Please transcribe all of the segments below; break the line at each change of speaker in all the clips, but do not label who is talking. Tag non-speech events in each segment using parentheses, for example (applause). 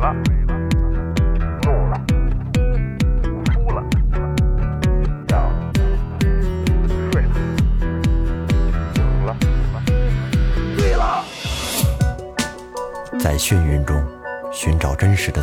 了，怒了，哭了，笑了，睡了，醒了，醉了。
在眩晕中寻找真实的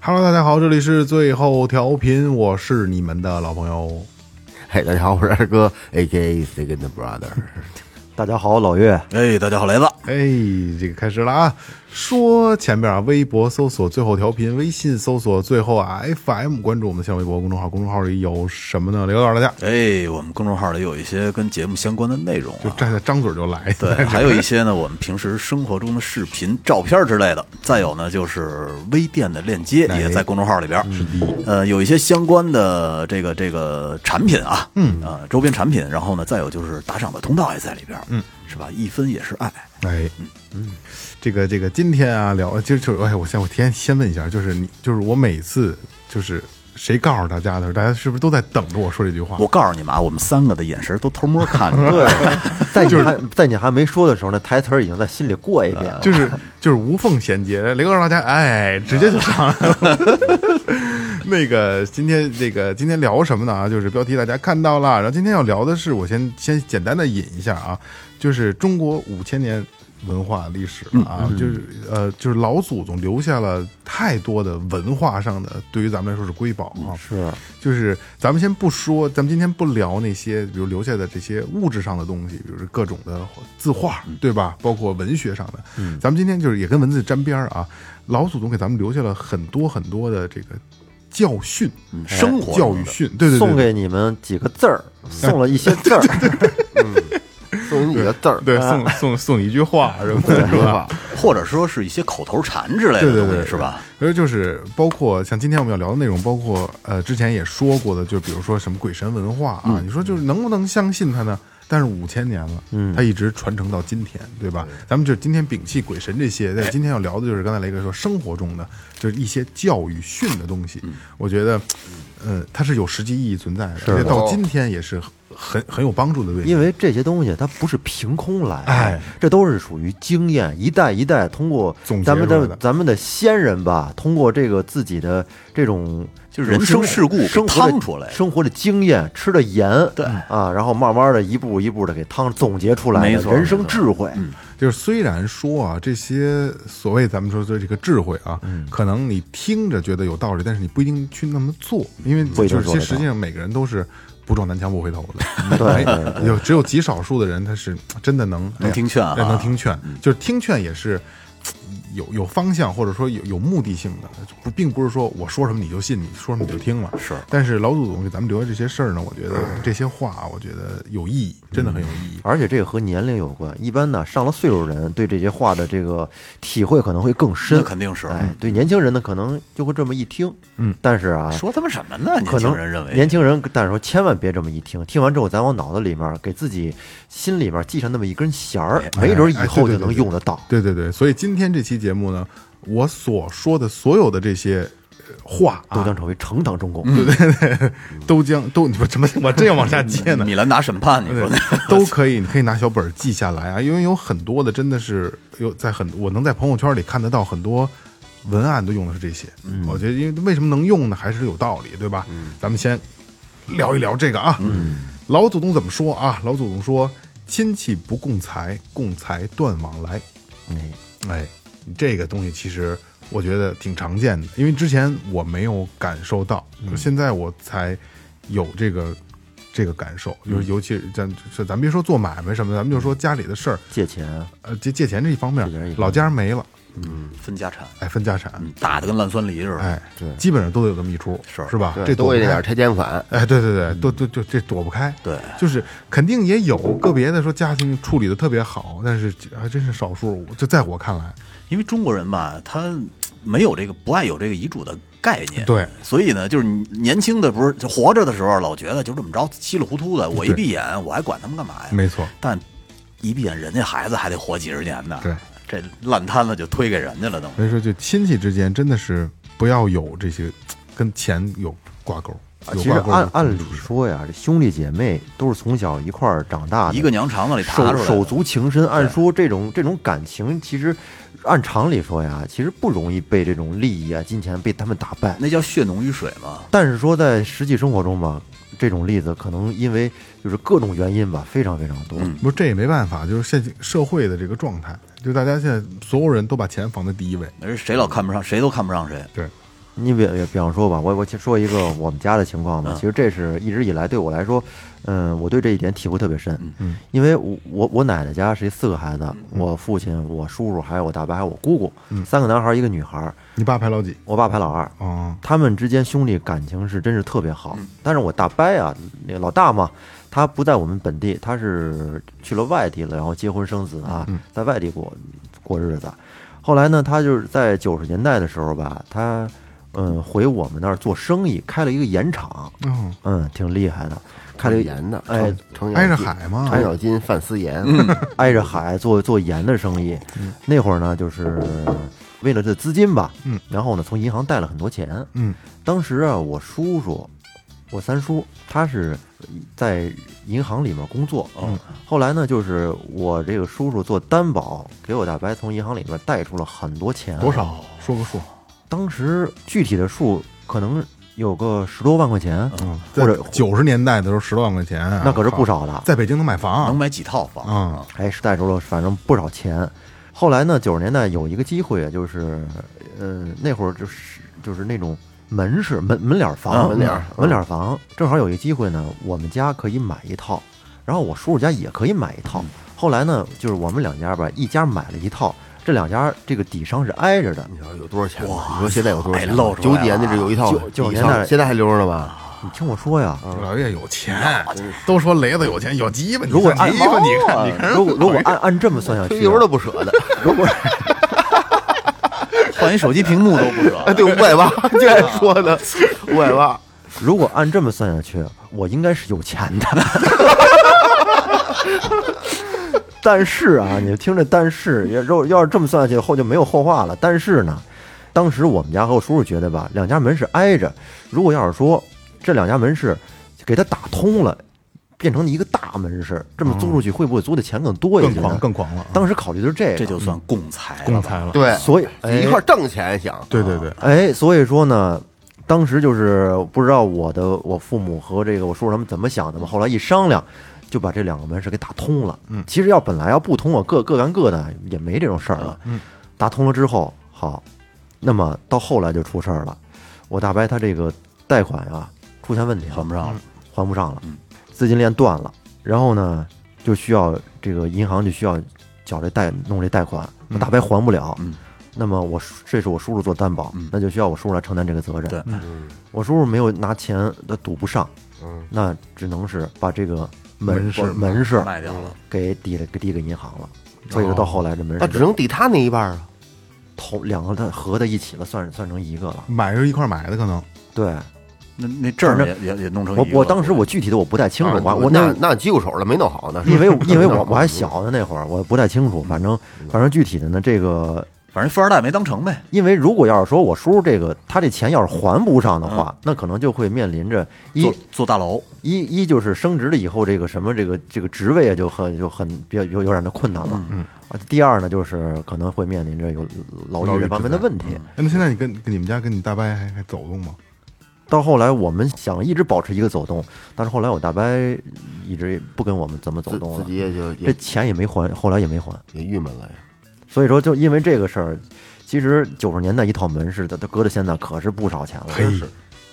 Hello，大家好，这里是最后调频，我是你们的老朋友。
嘿，大家好，我是二哥，A 哎 K A Second Brother。
大家好，老岳，
哎，大家好，雷子，
哎，这个开始了啊！说前边啊，微博搜索最后调频，微信搜索最后啊 FM，关注我们的新浪微博公众号，公众号里有什么呢？聊聊大家，
哎，我们公众号里有一些跟节目相关的内容
就
啊，
站在张嘴就来。
对， (laughs) 还有一些呢，我们平时生活中的视频、照片之类的。再有呢，就是微店的链接也在公众号里边。呃，有一些相关的这个这个产品啊，嗯啊、周边产品。然后呢，再有就是打赏的通道也在里边，嗯，是吧？一分也是爱。
(laughs) 哎，嗯，这个这个，今天啊聊，就就哎，我先我先先问一下，就是你，就是我每次就是谁告诉大家的时候，大家是不是都在等着我说这句话？
我告诉你们啊，我们三个的眼神都偷摸 (laughs) 看着。对，
(laughs)
在你还在你还没说的时候，那台词儿已经在心里过一遍了。
就是就是无缝衔接，雷哥让大家哎，直接就上来了。 (laughs) 那个今天这个今天聊什么呢？啊，就是标题大家看到了，然后今天要聊的是，我先先简单的引一下啊，就是中国五千年文化历史啊，就是呃就是老祖宗留下了太多的文化上的，对于咱们来说是瑰宝啊，
是
就是咱们先不说，咱们今天不聊那些，比如留下的这些物质上的东西，比如说各种的字画，对吧？包括文学上的，咱们今天就是也跟文字沾边儿啊。老祖宗给咱们留下了很多很多的这个教训，
生活
教育训， (laughs) 对对对，
送给你们几个字儿，送了一些
(laughs)
字儿，嗯
送你的字儿，
对
啊
送送送一句话什么的，是吧？
或者说是一些口头禅之类
对
的
对
东
对，
西，是吧？？
所以就是包括像今天我们要聊的内容，包括呃之前也说过的，就比如说什么鬼神文化啊，你说就是能不能相信它呢？但是五千年了，嗯，它一直传承到今天，对哎吧？咱们就今天摒弃鬼神这些，但今天要聊的就是刚才雷哥说生活中的，就是一些教育训的东西。我觉得，呃，它是有实际意义存在的，而且到今天也是很很有帮助的。对你，
因为这些东西它不是凭空来的，
哎，
这都是属于经验一代一代通过
总结
咱们
出来
的
的
咱们的先人吧，通过这个自己的这种
就是人生事故给
生活的
趟出来的
生活的经验，吃的盐，
对
啊，然后慢慢的一步一步的给汤总结出来的
没错嗯
人生智慧，
就是虽然说啊，这些所谓咱们说的这个智慧啊，
嗯
可能你听着觉得有道理，但是你不一定去那么做，因为
不一定
就是
做得
实际上每个人都是不撞南墙不回头的，
(laughs) 对对
哎有只有极少数的人他是真的能
能听劝啊
哎能听劝，
嗯
就是听劝也是。有有方向或者说有有目的性的，不并不是说我说什么你就信，你说什么你就听了。
是
但是老祖宗给咱们留下这些事儿呢，我觉得这些话，啊我觉得有意义，真的很有意义。
而且这个和年龄有关，一般呢上了岁数人对这些话的这个体会可能会更深，
那肯定是
哎，对年轻人呢可能就会这么一听，嗯，但是啊，
说他们什么呢？年
可
轻
能
人认为
年轻人，但是说千万别这么一听，听完之后咱往脑子里面给自己心里面系上那么一根弦儿，没准以
哎
后
对对对
就能
对
用得到。
对对对，所以今天这期节目呢，我所说的所有的这些呃话
都
啊，嗯
将成为成堂中共，
都将都你不怎么 (laughs) 我正要往下接呢，
米兰达审判，你说呢？
对都可以，你可以拿小本儿记下来啊，因为有很多的真的是有在很我能在朋友圈里看得到很多文案都用的是这些，
嗯
我觉得因为为什么能用呢，还是有道理，对吧？咱们先聊一聊这个啊，
嗯
老祖宗怎么说啊？老祖宗说：“亲戚不共财，共财断往来。”
哎，
哎，这个东西其实我觉得挺常见的，因为之前我没有感受到，现在我才有这个这个感受，就是尤其是咱是咱别说做买卖什么的，咱们就说家里的事儿，
借钱啊
呃，借借钱这一方面
借钱一，方
老家没了，
分家产，
哎，分家产，
嗯，打的跟烂酸梨似的。
哎，基本上都得有这么一出，
是
是吧？这
这多
一
一点拆迁
啊
款，
哎，对对对，都都就这躲不开。
对，
就是肯定也有个别的说家庭处理的特别好，但是还真是少数。就在我看来，
因为中国人吧，他没有这个不爱有这个遗嘱的概念。
对，
所以呢，就是你年轻的不是就活着的时候老觉得就这么着稀里糊涂的，我一闭眼我还管他们干嘛呀？
没错，
但一闭眼人家孩子还得活几十年呢。
对，
这烂摊子就推给人家了，等于
所以说就亲戚之间真的是不要有这些跟钱有挂钩，
啊
有
其实
挂钩
按
就
按理说呀，这兄弟姐妹都是从小一块儿长大的，
一个娘肠子里爬出来
手
的
手足情深。按说这种这种感情，其实按常理说呀，其实不容易被这种利益啊、金钱被他们打败。
那叫血浓于水嘛。
但是说在实际生活中吧，这种例子可能因为就是各种原因吧，非常非常多。
嗯
不是这也没办法，就是现社会的这个状态，就大家现在所有人都把钱放在第一位，
而谁老看不上，谁都看不上谁。
对，
你比比方说吧，我我先说一个我们家的情
嗯
况吧。其实这是一直以来对我来说，嗯，我对这一点体会特别深。嗯，因为我我我奶奶家是四个孩子，
嗯
我父亲、我叔叔还有我大伯还有我姑姑，三个男孩儿一个女孩儿，
你爸排老几？
我爸排老二。
哦，
他们之间兄弟感情是真是特别
嗯
好，但是我大伯啊，那个老大嘛，他不在我们本地，他是去了外地了，然后结婚生子啊，
嗯
在外地过过日子。后来呢，他就是在九十年代的时候吧，他嗯回我们那儿做生意，开了一个盐场，
嗯，
嗯，挺厉害的，开
看
了
着
一
盐的，
哎，
程咬
挨着
金
海嘛
程咬金范思盐，
嗯挨着海做做盐的生意。那会儿呢，就是为了这资金吧，
嗯，
然后呢，从银行贷了很多钱，
嗯，
当时啊，我叔叔，我三叔，他是在银行里面工作，嗯，后来呢，就是我这个叔叔做担保，给我大伯从银行里面贷出了很多钱，
多？少？说个数，
当时具体的数可能有个十多万块钱，
嗯，
或者
九十年代的时候十多万块钱，啊
那可是不
靠，
少的，
在北京能买房，
能买几套房
啊？
还哎是带出了反正不少钱。后来呢，九十年代有一个机会，就是呃那会儿就是就是那种门市门门脸儿
啊
房，
门脸儿
门脸儿房，正好有一个机会呢，我们家可以买一套，然后我叔叔家也可以买一套。后来呢，就是我们两家吧，一家买了一套，这两家这个底商是挨着的。
你说有多少钱吗？你说现在有多少
哎
钱
露
吗？
出来
九
了
几年的这有一套
九，九
一
年
套
代
现在还留着呢吧？
你听我说呀，
老岳有钱，都说雷子有钱，有鸡巴，你
如果
看
按
鸡巴，你看你看人
如果如果按按这么算下
推
去
油
啊，
都不舍
(laughs)
得，
换一手机屏幕都不
哎，
舍。
对，五百八，
啊
竟然说呢，五百八，
如果按这么算下去，我应该是有钱的。但是啊，你听着，但是要要要是这么算下去，后就没有后话了。但是呢，当时我们家和我叔叔觉得吧，两家门市挨着，如果要是说这两家门市给它打通了，变成一个大门市，这么租出去会不会租的钱更多一
更
些呢？
狂更狂了，
当时考虑的是这个，
这就算共财，
共财。了，啊
对，
所以哎
一块儿挣钱想，
对对对，
哎，所以说呢，当时就是不知道我的我父母和这个我叔叔他们怎么想的嘛，后来一商量，就把这两个门市给打通了。嗯，其实要本来要不通，我啊各各干各的，也没这种事儿了。嗯，打通了之后，好，那么到后来就出事儿了，我大伯他这个贷款啊出现问题，还不上了，还不上了，
嗯
资金链断了，然后呢就需要这个银行就需要缴这贷弄这贷款，我
嗯
大伯还不了，那么我叔这是我叔叔做担保，那就需要我叔叔来承担这个责任。
嗯对
我叔叔没有拿钱，他赌不上，
嗯
那只能是把这个门
门市
门市
卖掉了，
给抵了，给抵给银行了。所以说到后来这门
那
哦
市
只能抵他那一半啊。
头两个他合在一起了，算算成一个了。
买是一块买的可能，
对
那那证儿也也也弄成一
我
个
我当时我具体的我不太清楚，我我
那那急救手了，没弄好呢，是
因为因为我
嗯
我还小呢那会儿，我不太清楚，反正反正具体的呢这个
反正富二代没当成呗。
因为如果要是说我叔叔这个他这钱要是还不上的话，那可能就会面临着一
做做大楼，
一一就是升职了以后，这个什么这个这个职位啊，就很就很比较有有点的困难了。嗯，啊，第二呢，就是可能会面临着有牢
牢狱
狱这方面的
之灾
问题。
哎那现在你跟跟你们家跟你大伯还还走动吗？
到后来，我们想一直保持一个走动，但是后来我大伯一直不跟我们怎么走
自
动
自
了
己，也就
这
也
钱也没还，后来也没还。
也郁闷了呀。
所以说，就因为这个事儿，其实九十年代一套门市的，它搁到现在可是不少钱了。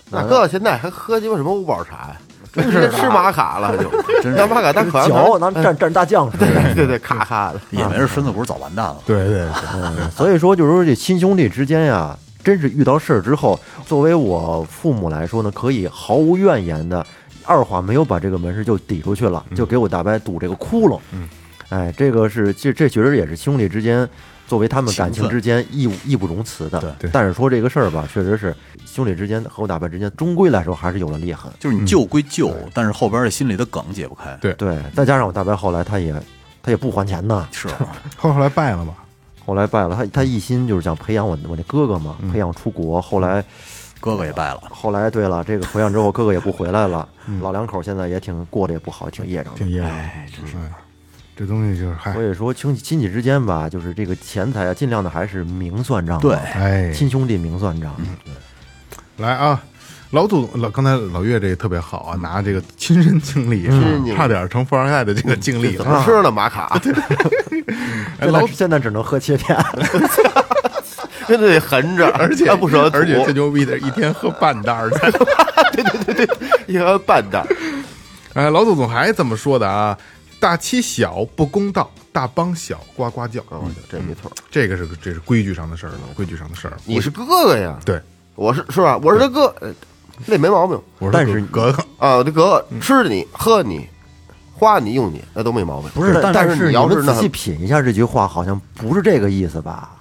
那搁到现在还喝鸡巴什么五宝茶呀？真是吃玛卡了就，
真是
拿玛卡当口香
嚼，咱
糖，
们蘸蘸大酱 (laughs) 吃。
对对对，咔咔的。
也没人孙子不是早完蛋了。
对对对，
所以说，就是说这亲兄弟之间呀，真是遇到事儿之后，作为我父母来说呢，可以毫无怨言的，二话没有把这个门市就抵出嗯去了，就给我大伯堵这个窟窿。嗯，哎，这个是这这确实也是兄弟之间作为他们感
情
情
分
之间义务义不容辞的。
对
但是说这个事儿吧，确实是兄弟之间、合伙打伴之间，终归来说还是有了裂痕。
就是你救归救，但是后边的心里的梗解不开。
对
对，再加上我大伯后来他也他也不还钱呐，
是，
(laughs) 后后来败了吧？
后来败了，他他一心就是想培养我我那哥哥嘛，培养出国，后来。
哥哥也败了，
后来，对了，这个回养之后，哥哥也不回来了，老两口现在也挺过得也不好，挺噎着的
挺。噎人的，哎，这东西就是嗨
所，以说，亲亲戚之间吧，就是这个钱财啊，尽量的还是明算账啊。 (laughs)
对
哎，
亲兄弟明算账。
来啊，老祖老刚才老岳这个特别好啊，拿这个亲身经历，
身经历
差点成富二代的这个经历啊
怎，么啊吃呢？玛卡， (laughs)
哎
现在
老
现在只能喝切片，
真的得含着，
(laughs) 而且
它不舍得吐
而且最牛逼的，一天喝半袋儿菜。
一盒半袋，
哎，老祖宗还这么说的啊？大欺小不公道，大帮小呱呱叫。
嗯，这没错。
这个是这是规矩上的事儿了，规矩上的事儿。
你是哥哥呀，
对，
我是是吧？我是他哥，呃那没毛病
我说
但是
格格
啊。我这哥哥吃你、喝你、花你、用你，那都没毛病。
不是？
但
但
是
你
要
们
那
仔细品一下这句话，好像不是这个意思吧？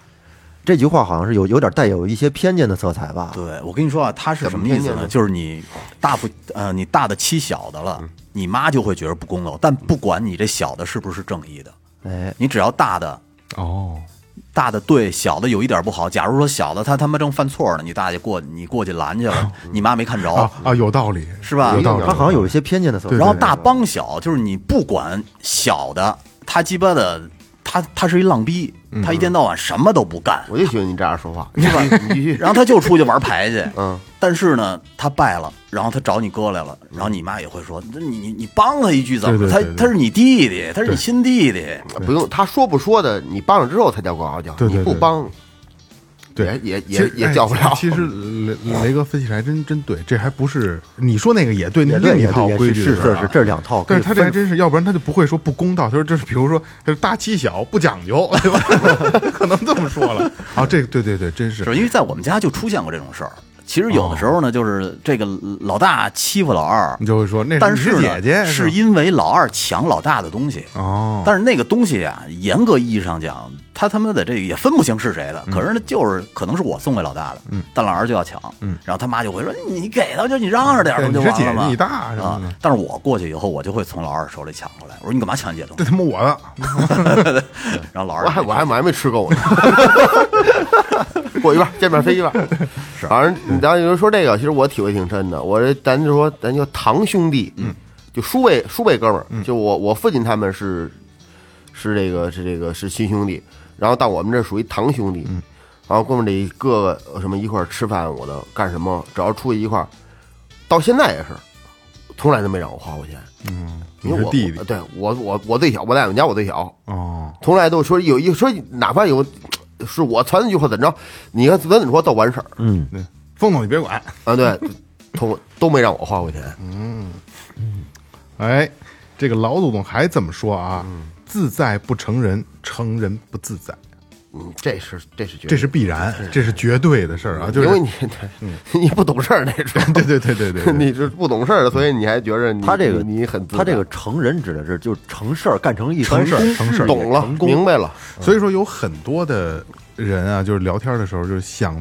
这句话好像是有有点带有一些偏见的色彩吧？
对我跟你说啊，他是什么意思
怎么念
呢？
呢
就是你大不呃，你大的欺小的
嗯
了，你妈就会觉得不公道。但不管你这小的是不是正义的，
哎，
你只要大的
哦，
大的对，小的有一点不好。假如说小的他他妈正犯错呢，你大爷过你过去拦去
(laughs)
了，你妈没看着，
啊啊，有道理，
是吧
有道理。
他好像有一些偏见的色彩。
然后大帮小就是你不管小的，他鸡巴的，他他是一浪逼，
嗯
他一天到晚什么都不干，
我就喜欢你这样说话，是吧？你必须
然后他就出去玩牌
(laughs)
去。
嗯，
但是呢，他败了，然后他找你哥来了，然后你妈也会说，那你你你帮他一句怎么
嗯对对
着？他
对对
他是你弟弟，他是你亲弟弟。
不用他说不说的，你帮了之后才叫呱呱叫，
对对
你不
对
帮
对
也也
其实
也也
哎
叫不了。
其实雷雷哥分析的还真真对，这还不是你说那个也对，那
也
另
对，
一
也
套
对也
规
是
矩
是
的事儿
是
啊
是，这两套可
但
以分。
是他这还真是，要不然他就不会说不公道。他说这是，比如说他是大欺小不讲究， (laughs) 对吧？可能这么说了啊。这个对对对，真是
是因为在我们家就出现过这种事儿。其实有的时候呢，就是这个老大欺负老二
哦你，就会说那
但
你
是
是
呢
姐姐
是
吧
因为老二抢老大的东西。
哦，
但是那个东西啊，严格意义上讲，他他妈的这个也分不清是谁
嗯
的，可是呢，就是可能是我送给老大的，但老二就要抢，然后他妈就会说你给他就你嚷嚷点
嗯
儿
哦对
不就
你是姐
完了
姐
吗？
你大什
啊
么的，，
但是我过去以后，我就会从老二手里抢过来，我说你干嘛抢你姐东
这
西？
他妈我的，
然后老
我还
二
我还我还没吃 (laughs) 够呢，过一半见面飞一半。反正你当时说这个，其实我体会挺深的。我这咱就说咱就堂兄弟，嗯，就叔辈叔辈哥们儿，就我我父亲他们是是这个是这个是亲兄弟，然后到我们这属于堂兄弟，嗯，然后哥们儿这一个个什么一块儿吃饭，我的干什么，只要出去一块儿，到现在也是，从来都没让我花过钱。
你
因为
是
我
弟弟
我对我我我最小，我在我们家我最小，
哦，
从来都说有一说，哪怕有是我传一句话怎么着，你看咱怎么说都完事儿
嗯，
对，凤总你别管，
啊，对，都都没让我花过钱，
哎，这个老祖宗还怎么说啊？自在不成人，成人不自在，
嗯，这是这是绝对
这是必然，这是绝对的事儿啊！就是
因为你你不懂事儿那时
(laughs)
候，
对对对对对对，
(laughs) 你是不懂事儿的，所以你还觉着你
他这个
你你很自
他这
大
个成人指的是就是成事儿干成一
成
番
事
事
儿
儿，
成事儿
懂了
成功
明白了，
所以说有很多的人啊，就是聊天的时候就是想。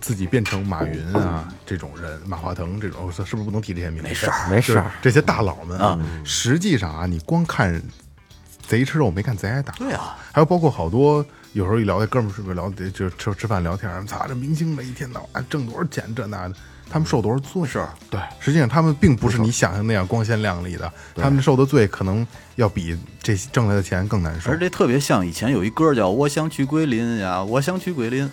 自己变成马云啊这种人，马化腾这种，哦是不是不能提这些名字？没事
没事儿
这些大佬们啊，实际上啊，你光看贼吃肉没看贼挨打，
对啊，
还有包括好多有时候一聊，哎哥们儿是不是聊得就吃吃饭聊天儿？操，这明星这一天到晚挣多少钱这那的，他们受多少罪？是对，实际上他们并不是你想象那样光鲜亮丽的，他们受的罪可能要比这些挣来的钱更难受
而。这特别像以前有一歌叫《我想去桂林》呀，《我想去桂林》，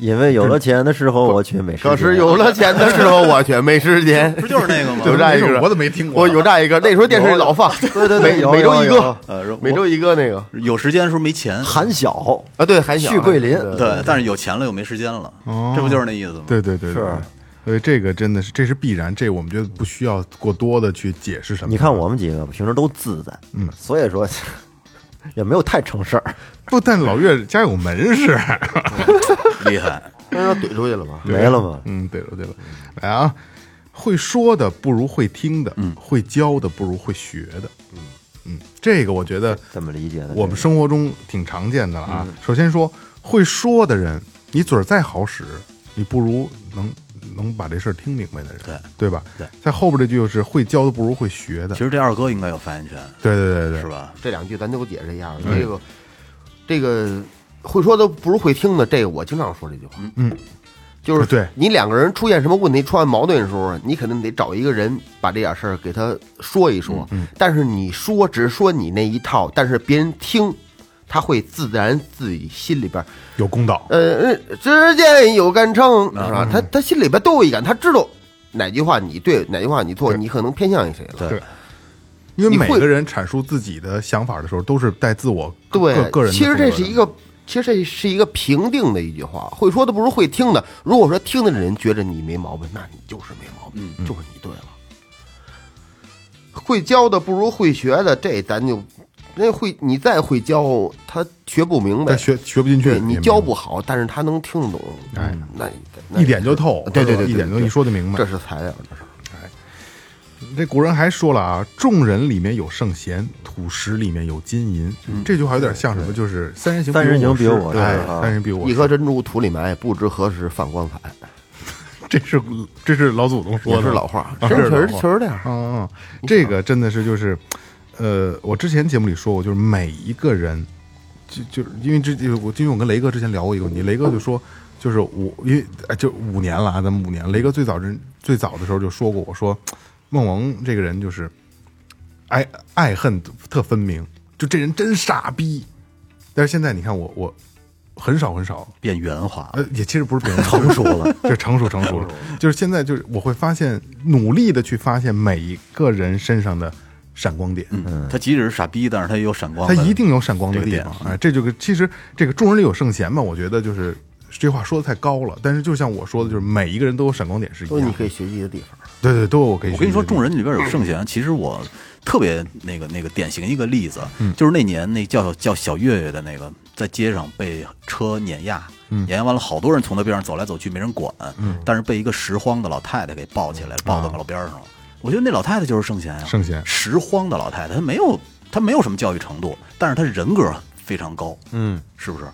因为有了钱的时候，我去美食
可
街。
是有了钱的时候，我却没时间。
不就是那个
(laughs) 有
吗？
这样一
那
个，
首我怎么没听过啊
我有这样一个，那时候电视里老放，对对
对
每
有
每周一
有有
个，
呃，
每周一个那个
有时间的时候没钱，
韩晓
啊，对，还小
去桂林，
对
对，但是有钱了又没时间了，这不就是那意思吗？
对对对，对
是。
所以这个真的是，这是必然，这我们觉得不需要过多的去解释什么。
你看我们几个平时都自在，嗯，所以说也没有太成事儿，
不，但老岳家有门市，
厉害。
那要怼出去了吧？
没了嘛。
嗯，对了对了，来啊，会说的不如会听的，会教的不如会学的，嗯，嗯，这个我觉得
怎么理解的？
我们生活中挺常见的了啊。
嗯
首先说会说的人，你嘴儿再好使，你不如能能把这事儿听明白的人，
对
对吧？
对，
在后边这句就是会教的不如会学的
其，实这二哥应该有发言权，
对对对对，
是？吧？
这两句咱都解释一下，
嗯
这个这个会说的不如会听的，这个我经常说这句话。
嗯，
就是
对
你两个人出现什么问题、出现矛盾的时候，啊你肯定得找一个人把这点事儿给他说一说。但是你说只说你那一套，但是别人听，他会自然自己心里边儿
有公道，
呃，只见有杆秤，
啊
是吧？他他心里边都有一杆，他知道哪句话你对，哪句话你错，
对
你可能偏向于谁了。
对因为
你
每
会
个人阐述自己的想法的时候，都是带自我个
对，
个人的风格的。
其实这是一个，其实这是一个评定的一句话，会说的不如会听的。如果说听的人觉着你没毛病，那你就是没毛病，
嗯
就是你对了。会教的不如会学的，这咱就那会你再会教，他学不明白
但，学学不进去
对，你
也没
教
有
不好，但是他能听得懂，
哎
那你那
一点就透，
对对
是吧
对，
一点就
对
一说就明白
这。是材料，这是。
这古人还说了啊，众人里面有圣贤，土石里面有金银。
嗯
这句话有点像什么？就是三人行，
三人行
必有
必有我
师
师
哎，
啊
三人必有我
一
师。
颗珍珠土里埋，不知何时放光彩，
(laughs) 这是这是老祖宗说
也
的，
是老话，
啊
确实
是老话
确实确实这样。
嗯，嗯，这个真的是就是，呃，我之前节目里说过，就是每一个人，就就是因为之我因为我跟雷哥之前聊过一个问题，雷哥就说，就是我因为哎就五年了啊，咱们五年，雷哥最早人最早的时候就说过，我说孟萌这个人就是爱爱恨特分明，就这人真傻逼。但是现在你看我我很少很少
变圆滑了，
呃，也其实不是变成熟了，就是成熟成熟了，就是现在就是我会发现，努力的去发现每一个人身上的闪光点，
嗯，他即使是傻逼，但是他也有闪光
他
的，
一定有闪光的地
这个
方
点。
哎，这就跟其实这个众人里有圣贤嘛，我觉得就是这话说的太高了，但是就像我说的，就是每一个人都有闪光点是一
都是
样
你
的
可，以学习的地方。
对对，都有我可以学
我
习的
跟
地
你
方。
说，众人里边有圣贤，其实我特别那个那个典型一个例子，就是那年那叫叫小岳岳的那个，在街上被车碾压，碾压完了，好多人从他边上走来走去，没人管，但是被一个拾荒的老太太给抱起来，抱到马路边上了。我觉得那老太太就是圣贤呀，
圣贤
拾荒的老太太，她没有她没有什么教育程度，但是她人格非常高，嗯，是不是？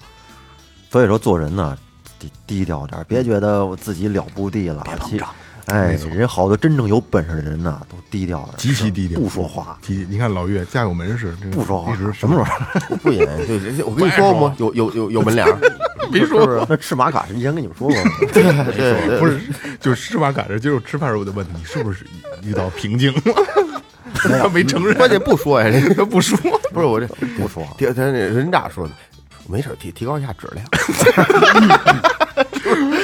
所以说做人呢，低低调点儿，别觉得我自己了不地了
别，
其
膨胀
哎，人好多真正有本事的人呐，都低调点儿，
极其低调，
不说话，
极其你看老岳家有门似的，这个
不说话
一直，
什么时候？
不演，对，这这我跟你说过吗？有有有有门
(laughs)
脸儿，
没说
是
(laughs) 那赤马卡是以前跟你们说过吗？
不是 (laughs) 对对
不是，就是吃饭赶着，就是吃饭时候我就问你是不是遇到瓶颈了，他没承认，
关键不说呀，这
他不说。
(laughs) 不是我这
不说
第他那人咋说的？没事儿，提提高一下质量。
(laughs)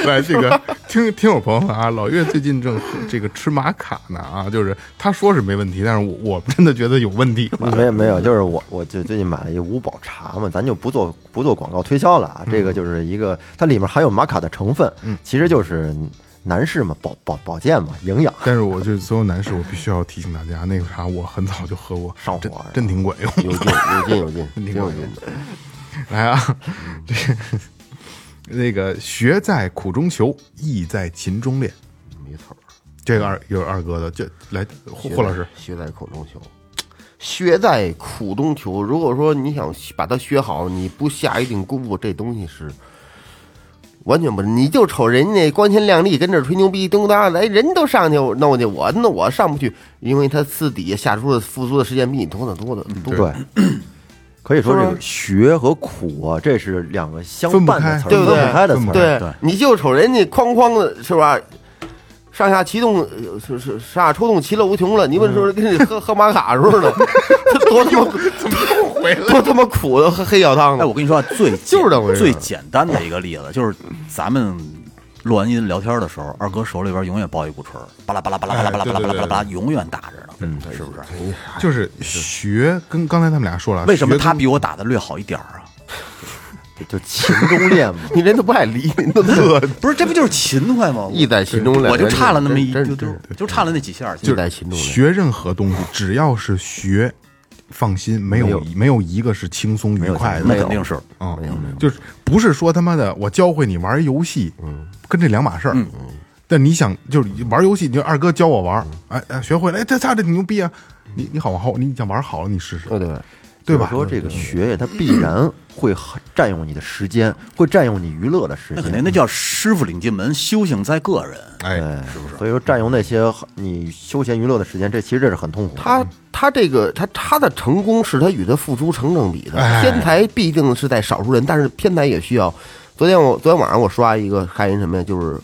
来，这个听听友朋友们啊，老岳最近正这个吃玛卡呢啊，就是他说是没问题，但是我我真的觉得有问题了。
没有没有，就是我我就最近买了一五宝茶嘛，咱就不做不做广告推销了啊。这个就是一个，它里面含有玛卡的成分，其实就是男士嘛，保保保健嘛，营养。
但是我就所有男士，我必须要提醒大家，那个啥，我很早就喝过，
上火
真
是吧
真挺管用。
有劲有劲有劲，
(laughs) 你
挺
看
有劲的。
来啊，这个那个学在苦中求，艺在勤中练，
没错儿，
这个二有二哥的，这来霍
学
霍老
在
师，
学在苦中求，学在苦中求。如果说你想把它学好，你不下一定功夫，这东西是。完全不是，你就瞅人家光鲜亮丽，跟这儿吹牛逼，咚哒的，哎，人都上去弄去，我那我上不去，因为他私底下下出的付出的时间比你多得多的多。
对，可以说
是吧
这个学和苦啊，这是两个相
分不
伴
开
的词儿，
对不
分
对
不开的词儿。
对
对，
你就瞅人家哐哐的，是吧？上下齐动，呃是是上下抽动，其乐无穷了。你们说跟你喝喝玛卡似 (laughs) 的，他多他妈怎么又回来？多他妈苦的，黑黑小汤
哎，
的
我。跟你说啊，最简
就是这回事
最简单的一个例子，就是咱们录完音聊天的时候，二哥手里边永远抱一鼓槌儿，巴拉巴拉巴拉巴拉巴拉巴拉巴拉巴拉巴拉，永远打着呢，嗯，是不是？
就是学跟刚才他们俩说了，
为什么
学
他比我打的略好一点儿啊？
就勤中练嘛。
你人都不爱理你，那 (laughs) 乐
不是，这不就是勤快吗？
意在其中了。
我就差了那么一
真
丢丢，就差了那几下儿。
意在其中了。
学任何东西，只要是学，放心，没有没有一个是轻松愉快的，
那肯定是，
嗯，就是不是说他妈的我教会你玩一游戏，嗯，跟这两码事儿。但你想就是玩游戏，你就二哥教我玩，哎哎，学会了，哎，这他这挺牛逼啊！你你好往后，你想玩好了，你试试，
(laughs) 对对对，
对吧？
说这个学业它必然会很占用你的时间，会占用你娱乐的时
那
间，
肯定，那叫师傅领进门，修行在个人。
哎，
是不是？所以说占用那些你休闲娱乐的时间，这其实这是很痛苦的。
他他这个他他的成功是他与他付出成正比的
哎，
天才必定是在少数人，但是天才也需要。昨天我昨天晚上我刷一个看一什么呀，就是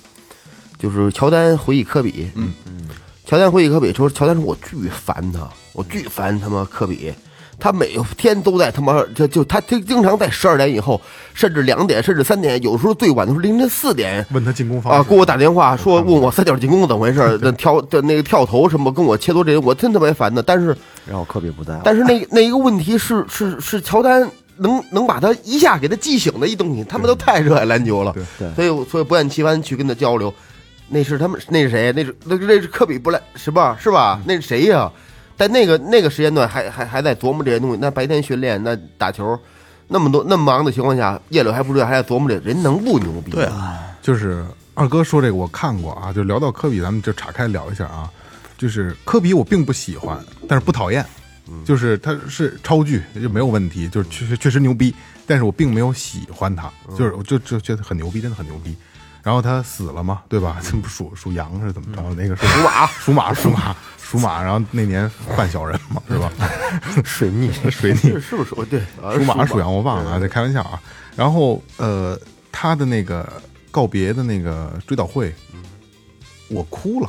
就是乔丹回忆科比，嗯嗯，乔丹回忆科比说，乔丹说我巨烦他，我巨烦他妈科比。他每天都在他妈就就他他经常在十二点以后，甚至两点，甚至三点，有时候最晚的时候凌晨四点，
问他进攻方
啊，
式
给我打电话说问我三角进攻怎么回事儿，那跳的那个跳投什么跟我切磋这些，我真特别烦的。但是
然后科比不在了，
但是那那一个问题是是是乔丹能能把他一下给他激醒的一东西，他们都太热爱篮球了，
对
所以我所以不厌其烦去跟他交流。那是他们那是谁？那是那那是科比布莱什么是吧？那是谁呀、在那个那个时间段还还还在琢磨这些东西，那白天训练那打球。那么多那么忙的情况下，夜里还不睡，还在琢磨这人能不牛逼？
对啊，
就是二哥说这个我看过啊，就聊到科比，咱们就岔开聊一下啊。就是科比我并不喜欢，但是不讨厌，就是他是超巨就没有问题，就是确确确实牛逼，但是我并没有喜欢他，就是我就就觉得很牛逼，真的很牛逼。然后他死了嘛，对吧？这不属属羊是怎么着？那个是属马，属马，属马，属马。然后那年犯小人嘛，是吧？
(laughs) 水逆，
(laughs) 水逆
是是不是？对，啊
属马属羊，我忘了啊，这开玩笑啊。然后呃，他的那个告别的那个追悼会，我哭了，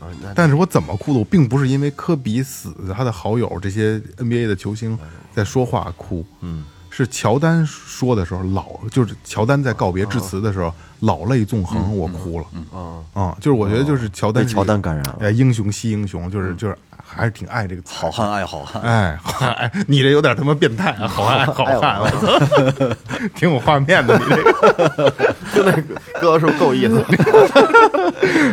啊，那
但是我怎么哭的？我并不是因为科比死，他的好友这些 NBA 的球星在说话哭，嗯，是乔丹说的时候老，就是乔丹在告别致辞的时候老泪纵横，我哭了，啊啊，就是我觉得就是乔丹
被
是
乔丹感染了
哎，英雄惜英雄，就是就是还是挺爱这个词
好汉爱好汉。
哎，好汉，哎你这有点他妈变态啊！ (laughs) 好汉，好汉，我操， (laughs) 挺有画面的你 (laughs) 这个。
就那个哥是不是够意思？
(laughs)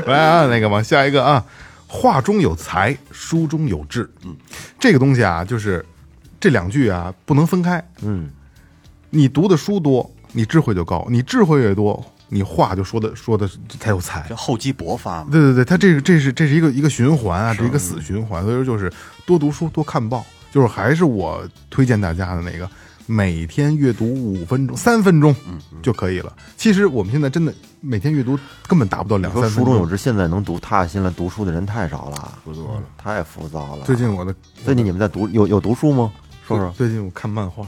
来啊，那个往下一个啊，画中有才，书中有志。嗯，这个东西啊，就是这两句啊不能分开。嗯，你读的书多，你智慧就高；你智慧越多，你话就说的说的才有才
这。厚积薄发嘛，
对对对，它这个这是这是一个一个循环啊，这是一个死循环，所以说就是多读书，多看报，就是还是我推荐大家的那个，每天阅读五分钟、三分钟就可以了。其实我们现在真的每天阅读根本达不到两
你
三分
说书中有
钟。
志，现在能读踏下心来读书的人太少了，不多了，太浮躁了。
最近我的
最近你们在读有有读书吗？说
(laughs)
说
最近我看漫画，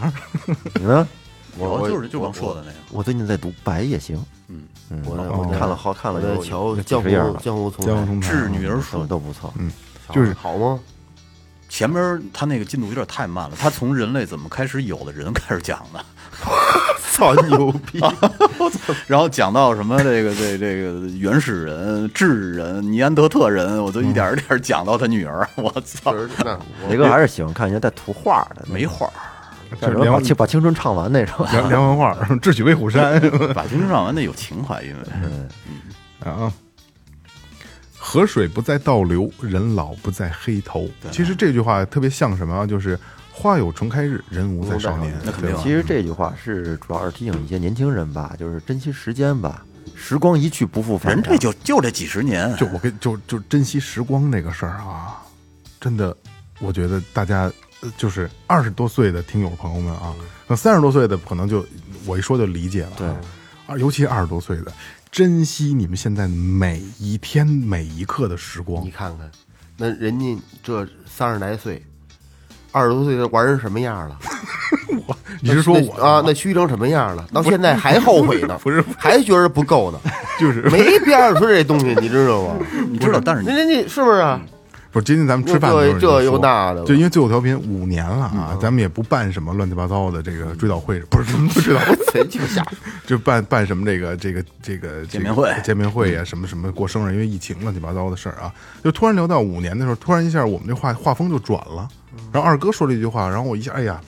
你呢？
我就是就刚说的那个，
我最近在读《白夜行》，嗯
我在
嗯，看了好看
我
了
在
有
瞧
有
江
几
湖
十页了，
江湖从
江湖嗯
来
中台
致女儿书
都都不错。
嗯
就是
好吗？
前面他那个进度有点太慢了，他从人类怎么开始有的人开始讲
(laughs)
的，
操牛逼！
(laughs) 然后讲到什么这个这这个原始人、智人、尼安德特人，我就一点儿一点儿讲到他女儿，我操，
那
雷哥还是喜欢看人家带图画的，
没话儿。
带着
就是
把
聊
青把青春唱完那种。
(laughs) 梁梁文画，《 (laughs) 智取威虎
(laughs)
山》
把青春上完的有情怀，因为
嗯啊。河水不再倒流，人老不再黑头。其实这句话特别像什么啊？就是花有重开日，人无再少年。
那肯定啊
(laughs) 其实这句话是主要是提醒一些年轻人吧，就是珍惜时间吧，时光一去不复返。
(laughs) 人这就就这几十年，
就我跟就就珍惜时光这个事儿啊，真的，我觉得大家呃就是二十多岁的听友朋友们啊，那三十多岁的可能就我一说就理解了。对，二尤其二十多岁的，珍惜你们现在每一天每一刻的时光
你。看看，那人家这三十来岁，二十多岁的玩成什么样了？
你是说
那
我
啊？那虚成什么样了？到现在还后悔呢，
不是不
还觉得不够呢？
就是嗯
没边儿说这东西，你知道吗？
(laughs)
你知道，但是你
那人家是不是啊？
不是今天咱们吃饭的时候你
这这
就说
又那的嗯
就因为最后调频五年了啊，咱们也不办什么乱七八糟的这个追悼会，不是什么追悼会，
谁就瞎说？
就办办什么这个这个这个这个
见面会
见面会呀，什么什么过生日，因为疫情乱七八糟的事儿啊，就突然聊到五年的时候，突然一下我们这话画风就转了。然后二哥说了一句话，然后我一下，哎呀，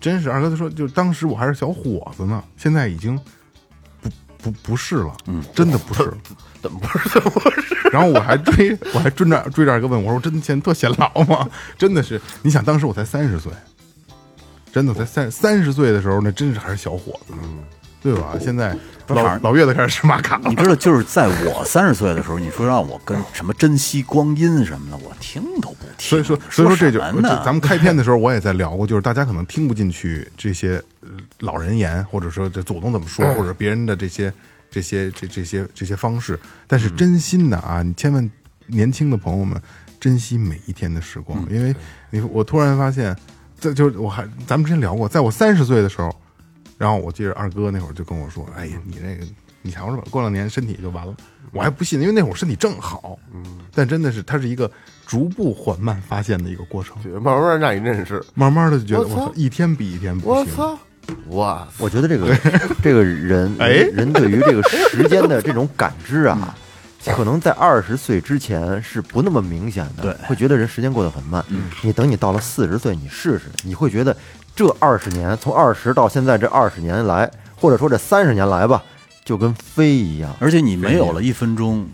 真是二哥他说，就当时我还是小伙子呢，现在已经不不不是了，嗯，真的不是了。
怎么不是？
然后我还追，我还追着追着二哥问我说：“真显特显老吗？”真的是，你想当时我才三十岁，真的才三三十岁的时候，那真是还是小伙子呢。对吧？现在老
反正
老岳都开始吃玛卡了
嗯你，知道，就是在我三十岁的时候，你说让我跟什么珍惜光阴什么的，我听都不听。
所以说，所以说这就
什
这
么呢
咱们开篇的时候我也在聊过，就是大家可能听不进去这些呃老人言，或者说这祖宗怎么说，或者别人的这些这些这这些这些方式。但是真心的啊，你千万年轻的朋友们珍惜每一天的时光，因为你我突然发现，这就是我还咱们之前聊过，在我三十岁的时候，然后我记得二哥那会儿就跟我说：“哎呀，你这个你瞧着吧，过两年身体就完了。”我还不信，因为那会儿身体正好。嗯，但真的是它是一个逐步缓慢发现的一个过程，
对慢慢让你认识。
慢慢的就觉得
我
我
操
操，一天比一天不
(laughs) 我
行。
操！哇塞！
我觉得
(laughs)
这个这个人
哎嗯
人对于这个时间的这种感知啊，可能在二十岁之前是不那么明显的，
对
会觉得人时间过得很慢。
嗯
你等你到了四十岁，你试试，你会觉得这二十年，从二十到现在这二十年来，或者说这三十年来吧，就跟飞一样。
而且你没有了一分钟，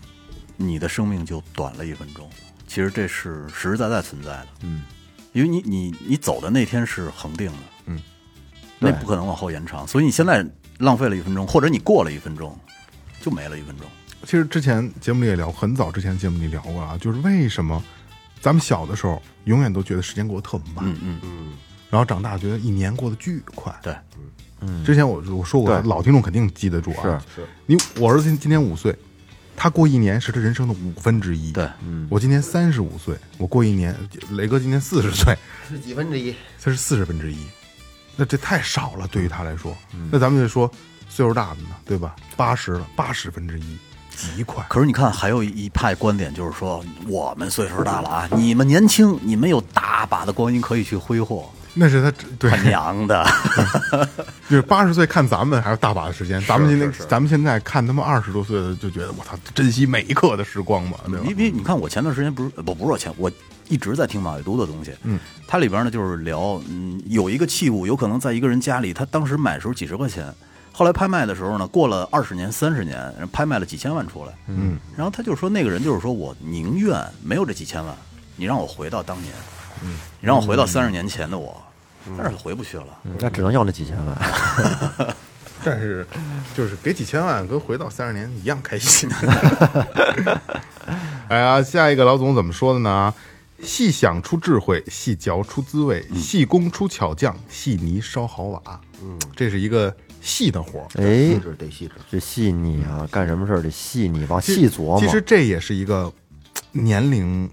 你的生命就短了一分钟。其实这是实实在在存在的，嗯，因为你你你走的那天是恒定的，嗯，那
对
不可能往后延长，所以你现在浪费了一分钟，或者你过了一分钟，就没了一分钟。
其实之前节目里也聊，很早之前节目里聊过啊，就是为什么咱们小的时候永远都觉得时间过得特慢，
嗯嗯嗯，
然后长大觉得一年过得巨快。
对，
之前我我说过，
对
老听众肯定记得住啊。是，你我儿子今今年五岁，他过一年是他人生的五分之一。
对，
我今年三十五岁，我过一年，雷哥今年四十岁，
是几分之一？
他是四十分之一，那这太少了，对于他来说。那咱们就说岁数大的呢，对吧？八十了，八十分之一，极快。
可是你看，还有一派观点就是说，我们岁数大了啊，你们年轻，你们有大把的光阴可以去挥霍，
那是他对
他，娘的，
(laughs) 就是八十岁看咱们还有大把的时间，咱们今天咱们现在看他们二十多岁的就觉得我操，珍惜每一刻的时光吧，对吧？
因为你看，我前段时间不是呃不不是我前，我一直在听马未都的东西。嗯，它里边呢就是聊，嗯，有一个器物有可能在一个人家里，他当时买的时候几十块钱，后来拍卖的时候呢，过了二十年、三十年，然后拍卖了几千万出来。嗯，然后他就说那个人就是说我宁愿没有这几千万，你让我回到当年，嗯，你让我回到三十年前的我，但是回不去了。
嗯
那只能要那几千
(laughs)
万，
但是就是给几千万跟回到三十年一样开心。 (laughs) 哎呀，下一个老总怎么说的呢？细想出智慧，细嚼出滋味，细工出巧匠，细泥烧好瓦。嗯，这是一个细的活儿。
哎
细，
嗯
致得细致。
这细腻啊，干什么事儿得细腻，往细琢磨。
其实这也是一个嘖年龄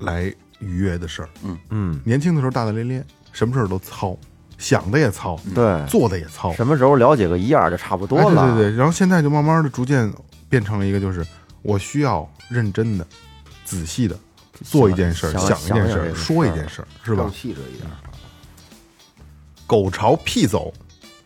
来愉悦的事儿。嗯嗯，年轻的时候大大咧咧，什么事儿都糙，想的也糙，
对
做的也糙，
什么时候了解个一二就差不多了。
哎对对对，然后现在就慢慢的逐渐变成了一个，就是我需要认真的、仔细的做一件事儿，想
想
一件事
想
儿，
一想
说一件事儿，是吧
更？细致一点。
狗朝屁走，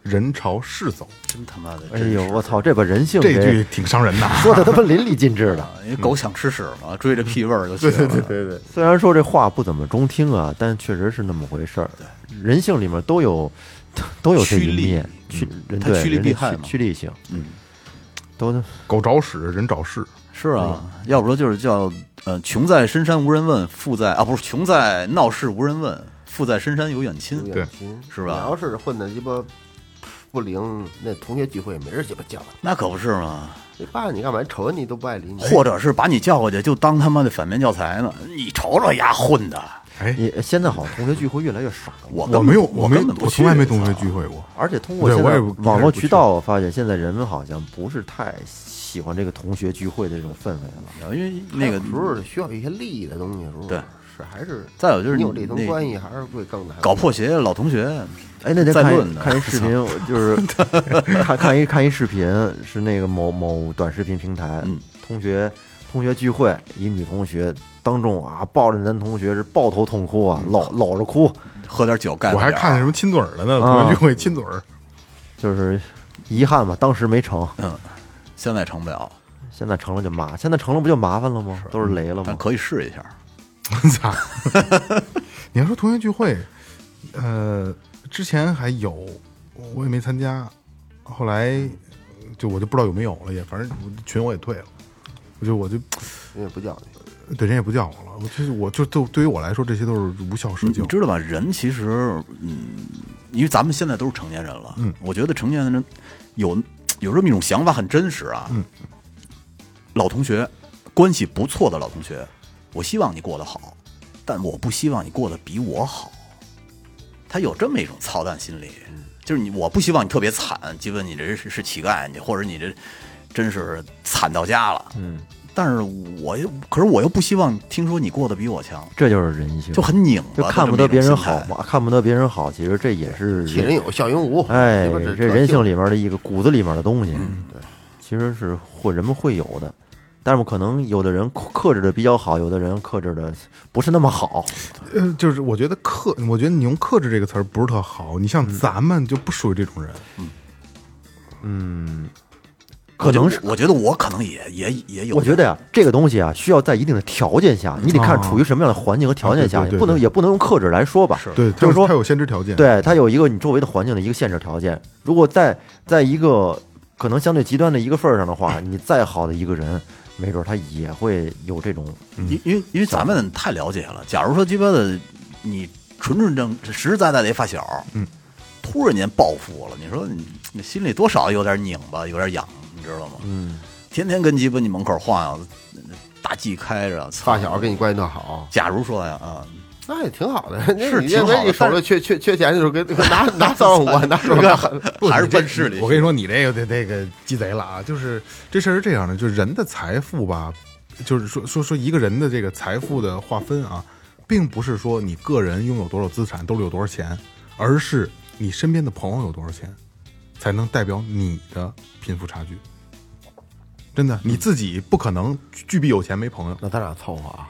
人朝事走，
真他妈的，
哎呦，我操，这把人性
这
给
句挺伤人的。
说的他妈淋漓尽致的。
啊因为狗想吃屎嘛，追着屁味儿就去了。
对对，
(laughs) 虽然说这话不怎么中听啊，但确实是那么回事儿。人性里面都有都有这
趋
一
利
面，趋人
它
对
趋利
人
避
的
害
趋
嘛
趋利性，嗯，都
狗找屎，人找事，
是啊，要不说就是叫呃，穷在深山无人问，富在啊不是穷在闹市无人问，富在深山有远亲。
有
对
点勤
是吧
你要是混的鸡巴不灵，那同学聚会也没人鸡巴叫
那可不是嘛。
你，你爸你干嘛？瞅着你都不爱理你。
或者是把你叫过去，就当他妈的反面教材呢。你瞅瞅丫混的，
你现在好像同学聚会越来越少了，
我根
哎我
本
没有，
我
没
根本，不
我
去
从来没同学聚会过。
而且通过
对
现
我
在
也不我
网
也
络
不
渠
去
道，我发现现在人们好像不是太喜欢这个同学聚会的这种氛围了。
操，因为那个
有时候需要一些利益的东西，时候
对
是还是
再有就是
你
你
有这层
那
关系，还是会更难
搞破鞋老同学，
哎，那天
再
看
论
一
呢
看
(laughs)
一视频，我就是看看一看一视频，是那个某某短视频平台，
嗯
同学同学聚会，一女同学当众啊抱着男同学是抱头痛哭
嗯
啊，搂搂着哭，
喝点酒盖
我
着
还
点儿
看见什么亲嘴儿了呢？
啊
同学聚会亲嘴儿，
就是遗憾吧，当时没成，
嗯现在成不了，
现在成了就麻，现在成了不就麻烦了吗？都是雷了
但
吗？
可以试一下。
操！ (laughs) 你要说同学聚会，呃，之前还有，我也没参加，后来就我就不知道有没有了，也反正群我也退了，我就我就
人也不叫你。
对人也不叫我了，我就是我就就对于我来说，这些都是无效社交
你。知道吧？人其实，嗯，因为咱们现在都是成年人了，嗯，我觉得成年人有有这么一种想法，很真实啊。老同学，关系不错的老同学，我希望你过得好，但我不希望你过得比我好。他有这么一种操蛋心理，就是你，我不希望你特别惨，基本你这是是乞丐，你或者你这真是惨到家了。嗯，但是我又，可是我又不希望听说你过得比我强，
这就是人性，
就很拧巴，
就看不得别人好嘛，看不得别人好，其实这也是
杞人有笑云无，
哎，
里边
这
这
人性里面的一个骨子里面的东西，对，其实是会人们会有的，但是可能有的人克克制的比较好，有的人克制的不是那么好，
呃，就是我觉得克，我觉得你用克制这个词儿不是特好。你像咱们就不属于这种人，
可能是。
我觉得我可能也也也有，
我觉得呀、这个东西啊，需要在一定的条件下，你得看处于什么样的环境和条件
啊
下，
对对
也不能
对
也不能用克制来说吧。是
对，它
就是
有
说
它有先知条件，，
对，它有一个你周围的环境的一个限制条件。如果在在一个可能相对极端的一个份儿上的话，你再好的一个人，没准他也会有这种
因因为
嗯
因为咱们太了解了。假如说鸡巴的你纯纯正实实在在的一发小，嗯，突然间暴富了，你说你你心里多少有点拧巴，有点痒，你知道吗？嗯，天天跟鸡巴你门口晃悠，大 G 开着，操
发小跟你关系特好，
假如说呀啊，
那也挺好的。是
挺好的
你手里缺缺缺钱的时候，给给拿拿三万五，拿什么？
还是奔势里。
我跟你说，你这个这这个鸡贼了啊！就是这事儿是这样的，就是人的财富吧，就是说说说一个人的这个财富的划分啊，并不是说你个人拥有多少资产，兜里有多少钱，而是你身边的朋友有多少钱，才能代表你的贫富差距。真的，你自己不可能巨比有钱没朋友，
那咱俩凑合啊，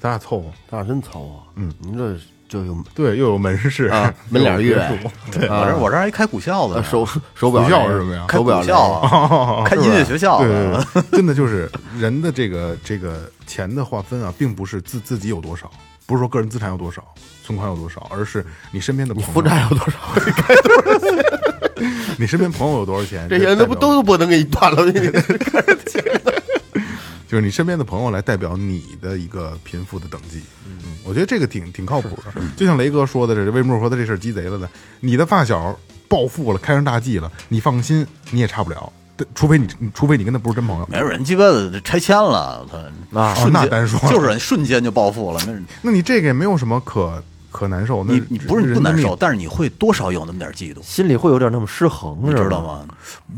咱俩凑合。
咱俩真凑合。嗯，您这这有
对， (laughs) 又有门市
啊门脸儿 (laughs)
又有
乐
别墅
对，我
啊
这我这还开股校的呢，
手手表
股票
那个
是什么呀
开
手
股
表
校
那个
(laughs)
啊，开音乐学校
对
的，
对对，真的就是人的这个这个钱的划分啊，并不是自自己有多少，不是说个人资产有多少，存款有多少，而是你身边的朋友
负债有多少？
你身边朋友有多少
(laughs)
钱，
这些人都不
代表
都不能给你断了。
就是你身边的朋友来代表你的一个贫富的等级。嗯，我觉得这个挺挺靠谱的。就像雷哥说的，这为什么说他这事儿鸡贼了呢？你的发小暴富了，开上大 G 了，你放心，你也差不了。对除非你，除非你跟他不是真朋友，
没有人鸡巴的拆迁了，他
啊
瞬
哦那
间
单说了
就是瞬间就暴富了，那。
那你这个也没有什么可可难受。那
你你不是你不
人的
难
命
受，但啊是你会多少有那么点嫉妒，
心里会有点那么失衡，
你知道
道？
吗？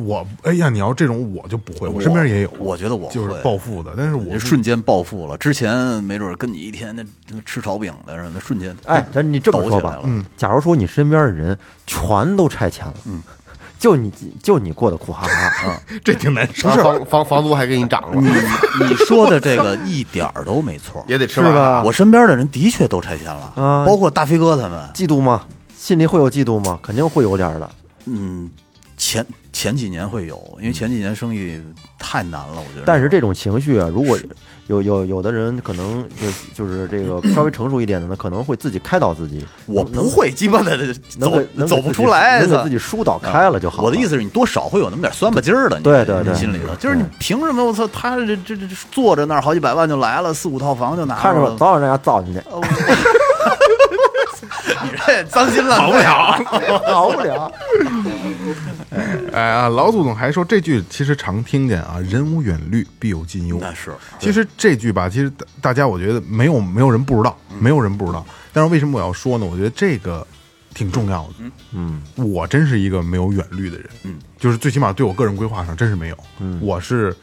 我哎呀，你要这种我就不会，我身边也有，
我觉得我
就是
会
暴富的，但是我
你
是
瞬间暴富了。之前没准跟你一天那那吃炒饼的似的，瞬间
哎，咱你这
嗯
么
抖
说
起来
吧嗯
了，
假如说你身边的人全都拆迁了，
嗯
就你就你过得苦哈哈，啊，
这挺难受
不是房房房租还给你涨了，
你你说的这个一点儿都没错。
也得吃
是
吧？
吧？
我身边的人的确都拆迁了，
啊
包括大飞哥他们。
嫉妒吗？心里会有嫉妒吗？肯定会有点儿的。
嗯，前前几年会有，因为前几年生意太难了，我觉得。
但是这种情绪啊，如果有有有的人可能就就是这
(clears throat)
个稍微成熟一点的呢，可能会自己开导自己，
我不会鸡巴的
能
走
给能
走
给
不
自己
出来，
能给
操
自己疏导开了就好了。
我的意思是你多少会有那么点酸吧唧儿的，你
对对对
你心里头就是你凭什么我操他这这这这坐着那儿好几百万就来了，四五套房就拿
看着我
了，
早晚让人家造
(laughs)
进去，
你 (laughs) 这哎脏心烂肺啊！
好不了。
哎啊，老祖宗还说这句其实常听见啊，“人无远虑，必有近忧”。
那是
其实这句吧，其实大大家我觉得没有没有人不知道，
嗯
没有人不知道。但是为什么我要说呢？我觉得这个挺重要的。嗯，我真是一个没有远虑的人。嗯，就是最起码对我个人规划上真是没有。嗯，我是嘖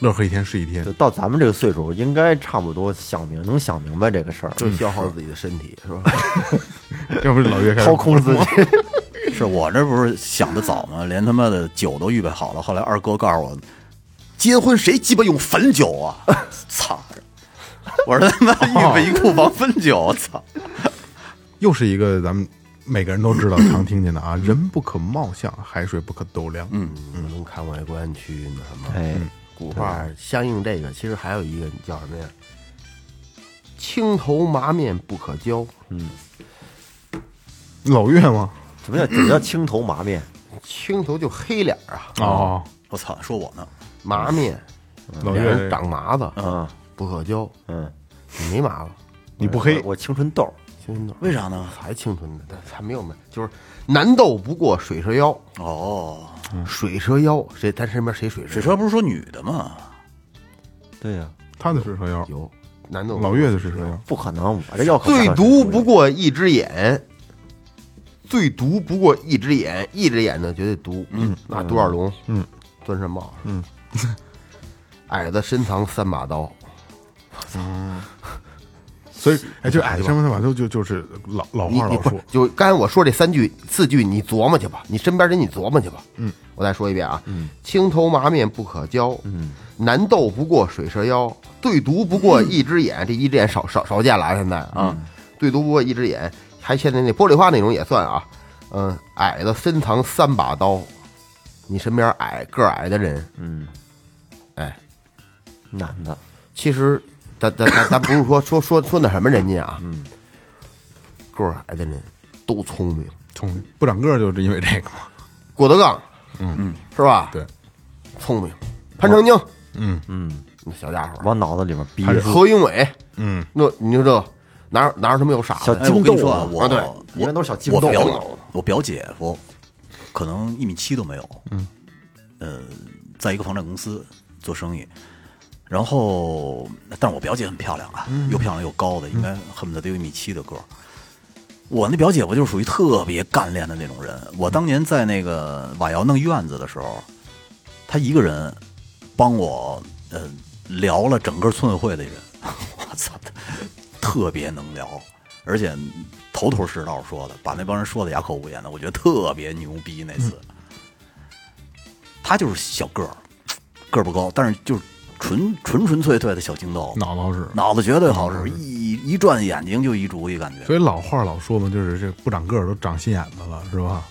乐呵一天是一天
就。到咱们这个岁数，应该差不多想明能想明白这个事儿，嗯
就消耗自己的身体是吧？
要不老岳开始
掏空自己。
是我这不是想的早吗？连他妈的酒都预备好了。后来二哥告诉我，结婚谁鸡巴用汾酒 (laughs) 啊？操！我说他妈 (laughs) 预备一库房汾酒，操！
又是一个咱们每个人都知道、常听见的啊，人不可貌相，海水不可斗量。嗯，
能看外观去那什么？
哎，
嗯
古话相应这个，其实还有一个叫什么呀？青头麻面不可交，
老岳吗？
什么叫什么叫青头麻面？
青头就黑脸儿啊，
哦，
我操！说我呢，
麻面，
老
脸
岳
上长麻子，
啊，
不可交，
嗯，
你没麻子，
你不黑
我我青春痘儿，
青春痘
为啥呢？
还青春呢？但还没有呢，就是男斗不过水蛇腰，
哦，
水蛇腰谁咱身边谁水蛇
水
腰？
车不是说女的吗？
对呀，
他的水蛇腰，
有男斗
老岳的水蛇腰，
不可能，我这要可
最
怕
毒不过一只眼，最毒不过一只眼，一只眼呢绝对毒。嗯，那独眼龙，嗯，钻山豹，嗯， (laughs) 矮子深藏三把刀，
所以哎，就矮什么的吧，就就就是老老
你
话
你
老
不
说
是，就刚才我说这三句四句，你琢磨去吧，你身边人你琢磨去吧。嗯，我再说一遍啊，嗯，青头麻面不可交，嗯，难斗不过水蛇腰，对毒不过一只眼，这一只眼少少少见了啊，现在啊，对毒不过一只眼，还现在那玻璃花那种也算啊，嗯，矮的深藏三把刀，你身边矮个儿矮的人，
男的，
其实咱咱咱咱不是说说说说那什么人家啊，嗯，个儿矮的人都聪明，
聪明不长个儿就是因为这个嘛。
郭德纲，嗯，是吧？
对，
聪明，潘长江，
嗯
嗯，那小家伙，
往脑子里面逼，
何云伟，
嗯，
那你就这哪有哪有他妈有傻
小
子？
哎，我
金
跟
豆
你说
啊
我
啊对
我
一般都是小金
我
豆
表
啊
我表姐夫可能一米七都没有，嗯，呃，在一个房产公司做生意，然后，但是我表姐很漂亮啊，
嗯
又漂亮又高的，应该恨不得得有一米七的个儿。我那表姐夫就是属于特别干练的那种人。我当年在那个瓦窑弄院子的时候，他一个人帮我呃聊了整个村委会的人， (laughs) 我操，特别能聊，而且头头是道说的，把那帮人说的哑口无言的，我觉得特别牛逼。那次、
嗯
他就是小个儿，个儿不高，但是就是纯纯纯粹粹的小精豆，
脑子好使。
脑子绝对好使，一一转眼睛就一主意，感觉。
所以老话老说嘛，就是这不长个儿都长心眼子了，是吧？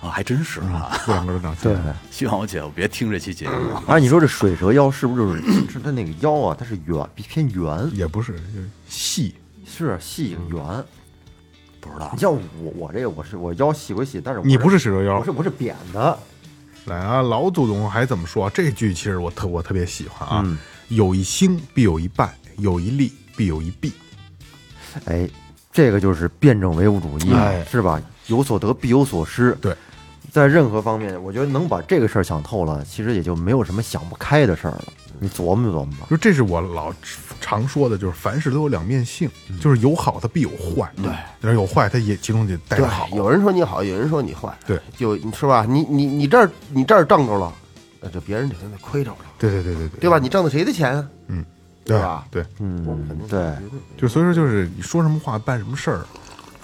啊，还真是啊！
不长个儿都长心眼子。
希望我姐夫别听这期节目啊。
而且你说这水蛇腰是不是就是 (clears throat) 是它那个腰啊？它是圆，比偏圆，
也不是，就是细，
是啊细圆。
不知道
你，像我，我这个我是我腰细归细，但是我
你不
是
是水蛇腰
我是，我是扁的，
来啊！老祖宗还怎么说、啊？这句其实我特我特别喜欢啊，
嗯
有一兴必有一败，有一利必有一弊。
哎，这个就是辩证唯物主义，是吧？有所得必有所失，
哎对，
在任何方面，我觉得能把这个事儿想透了，其实也就没有什么想不开的事儿了。你琢磨琢磨吧，
就这是我老常说的，就是凡事都有两面性，
嗯
就是有好它必有坏，对，然后有坏它也其中得带着好，
有人说你好，有人说你坏，
对，
就你是吧？你你你这儿你这儿挣着了，那就别人就现在亏着了，
对对对对对，
对吧？你挣的谁的钱啊？
对
吧
对，
嗯，对，
就所以说就是你说什么话办什么事儿，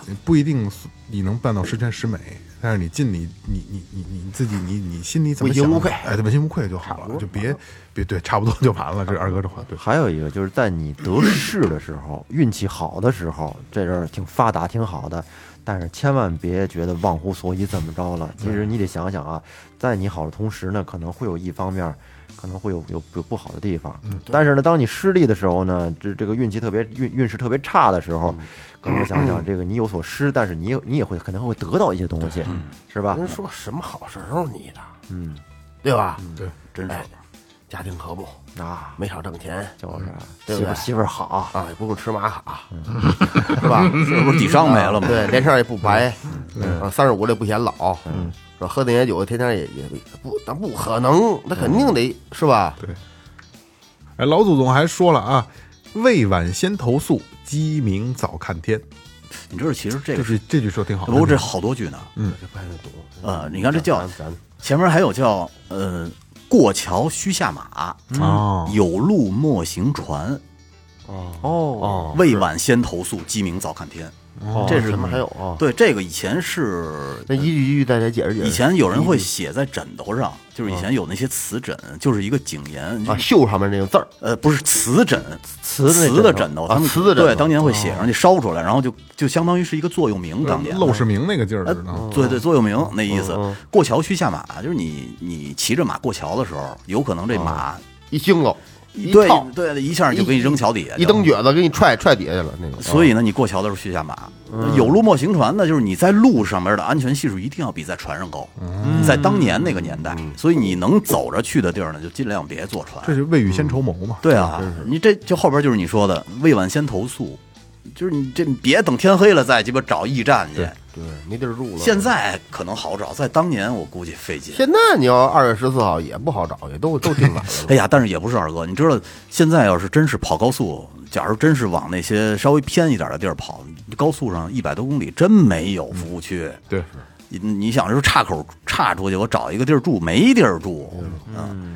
你不一定你能办到十全十美，但是你尽你你你你你自己你你心里怎么
问心
想
无愧
哎，对，问心无愧就好了，就别别对，差不多就完了。这是二哥这话对，
还有一个就是在你得势的时候，运气好的时候，这阵儿挺发达挺好的，但是千万别觉得忘乎所以怎么着了。其实你得想想啊，在你好的同时呢，可能会有一方面。可能会有有有不好的地方，
嗯
但是呢，当你失利的时候呢，这这个运气特别运运势特别差的时候，
嗯
可能
(clears throat)
想想这个你有所失，但是你也你也会可能会得到一些东西，是
嗯
吧？
人说什么好时候你的，嗯，对吧？
对，
真是哎家庭和睦，
啊，
没少挣钱
就是啊
对
嗯
媳
不
妇
对
媳妇儿好，
啊，也不用吃玛卡， (laughs) 是吧？
这不是底商没了吗？嗯
对，连事儿也不白，啊，三十五了也不显老，嗯，是吧？喝那些酒，天天也也也不，咱不可能，那肯定
嗯
得是吧？
哎，老祖宗还说了啊，未晚先投宿，鸡鸣早看天。
你知道，其实这
这
个是
句这句说挺好，
不过这好多句呢。
这不太懂
呃，你看这叫
咱咱
前面还有叫呃，过桥须下马，
哦
有路莫行船，
哦
未晚先投宿，鸡鸣早看天。
哦
这是
什么还有啊？
对，这个以前是
那一句一句再来解释解释。
以前有人会写在枕头上，就是以前有那些瓷枕，就是一个颈沿，
啊，绣上面那个字儿，
呃，不是瓷枕，
瓷的那
瓷的
枕
枕头，
啊
他们
瓷的枕头
对，当年会写上去烧出来，然后就就相当于是一个座右
嗯
铭，当年
陋室铭那个劲儿
呃
似
嗯
的。
对对，座右铭那意思，过桥须下马，就是你你骑着马过桥的时候，有可能这马
一惊喽，嗯一
对
套，
对一下就给你扔桥底下去
一
了，
蹬脚子给你踹踹底下去了那种。啊
所以呢，你过桥的时候须下马。
嗯
有路莫行船呢，就是你在路上面的安全系数一定要比在船上高。
嗯
在当年那个年代，所以你能走着去的地儿呢，就尽量别坐船呃
这。就未雨先绸缪嘛。
对啊，你这就后边就是你说的“未晚先投宿，就是你这你别等天黑了再鸡巴找驿站去。
对，没地儿住了。
现在可能好找，在当年我估计费劲。
现在你要二月十四号也不好找，也都都挺晚了。
哎呀，但是也不是二哥，你知道现在要是真是跑高速，假如真是往那些稍微偏一点的地儿跑，高速上一百多公里真没
嗯
有服务区。
对，
你你想，就是岔口岔出去，我找一个地儿住，没地儿住。嗯，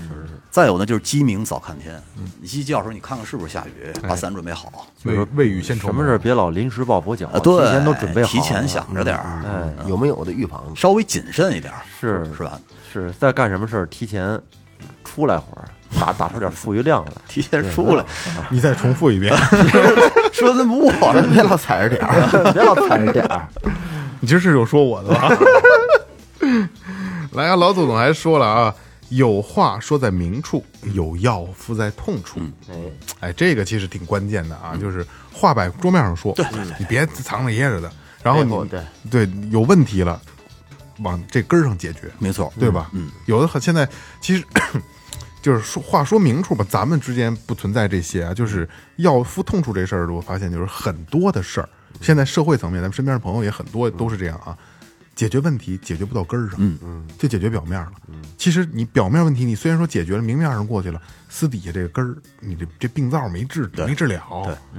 再有呢，就是鸡鸣早看天，
嗯
你睡觉的时候你看看是不是下雨，
哎
把伞准备好。
未未雨先
什
绸缪
么事儿别老临时抱佛脚，
啊，对，
哦提前都准备好了，
提前想着点儿， (laughs)
哎，
有没有的预防？
稍微谨慎一点儿，
是
是吧？
是在干什么事儿，提前出来会儿， (laughs) 打打出点富余量来。 (laughs)
提前出来，
你再重复一遍，
说的不我
咱别老踩着点儿。
别老踩着点儿， (laughs)
你这是有说我的吧？ (laughs) 来啊，老祖宗还说了啊，有话说在明处，有药敷在痛处。哎，这个其实挺关键的啊，就是话摆桌面上说，你别藏着掖着的。然后
后
你
对
对有问题了，往这根儿上解决。
没错，
对吧？嗯，有的很现在其实 (coughs) 就是说话说明处吧，咱们之间不存在这些啊，就是要敷痛处这事儿，我发现就是很多的事儿，现在社会层面，咱们身边的朋友也很多都是这样啊。解决问题解决不到根儿上，嗯嗯，就解决表面了。其实你表面问题，你虽然说解决了，明面上过去了，私底下这个根儿，你这这病灶没治没治了，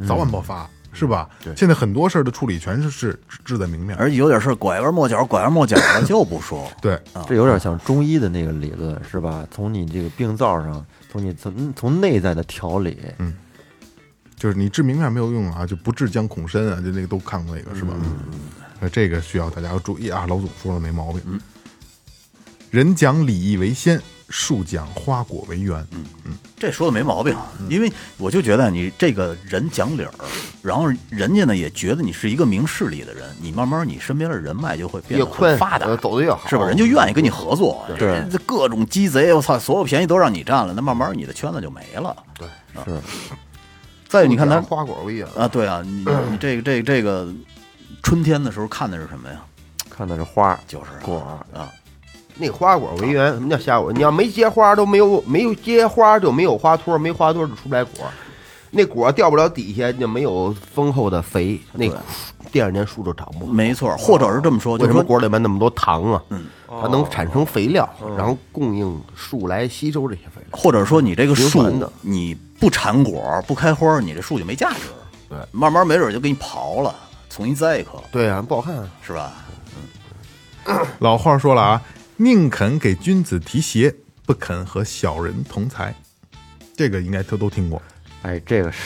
早晚爆发，是吧？现在很多事儿的处理全是是治在明面，
而且有点事儿拐弯抹角，拐弯抹角的就不说。
对，
这有点像中医的那个理论，是吧？从你这个病灶上，从你从从内在的调理，
就是你治明面没有用啊，就不治将恐深啊，就那个都看过那个是吧？那这个需要大家要注意啊。老总说的没毛病。人讲礼义为先，树讲花果为源。嗯，
这说的没毛病，
嗯
因为我就觉得你这个人讲理儿，然后人家呢也觉得你是一个明事理的人，你慢慢你身边的人脉就会变
越
得
宽
很发达，
呃走得越好
是吧？人就愿意跟你合作，对，这各种鸡贼，我操，所有便宜都让你占了，那慢慢你的圈子就没了。对，
是。
再有，你看咱
花果味啊，
啊，对啊，你
(clears throat)
你这个这个这个春天的时候看的是什么呀？
看的是花儿
就是啊
果儿。
啊，
那花果为源，什么叫花果？你要没结花都没有，没有结花就没有花托，没花托就出不来果。那果掉不了底下，就没有丰厚的肥，那
对
第二年树就长不
嗯
好。
没错，或者是这么说，
为
就
什
是
么
说
果里面那么多糖啊？它能产生肥料，
嗯
然后供应树来吸收这些肥料。
或者说你这个
循
树
环的
你不产果不开花，你这树就没价值。
对，
慢慢没准就给你刨了，重新栽一棵，
对啊，不好看啊。
是吧？
老话说了啊，宁肯给君子提鞋，不肯和小人同财。这个应该都都听过。
哎，这个是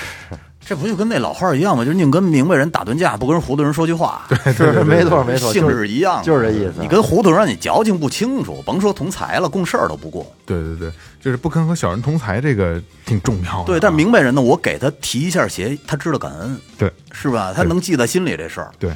这不就跟那老话一样吗？就是宁跟明白人打顿架，不跟糊涂人说句
(laughs)
话。
是没错没错，
性
就
质
是
一样的，
就是这意思
你跟糊涂人让你矫情不清楚，甭说同财了，共事儿都不共。
对对对，就是不肯和小人同财，这个挺重要的啊、
对，但明白人呢，我给他提一下鞋，他知道感恩，
对
是吧？他能记在心里这事儿。
对，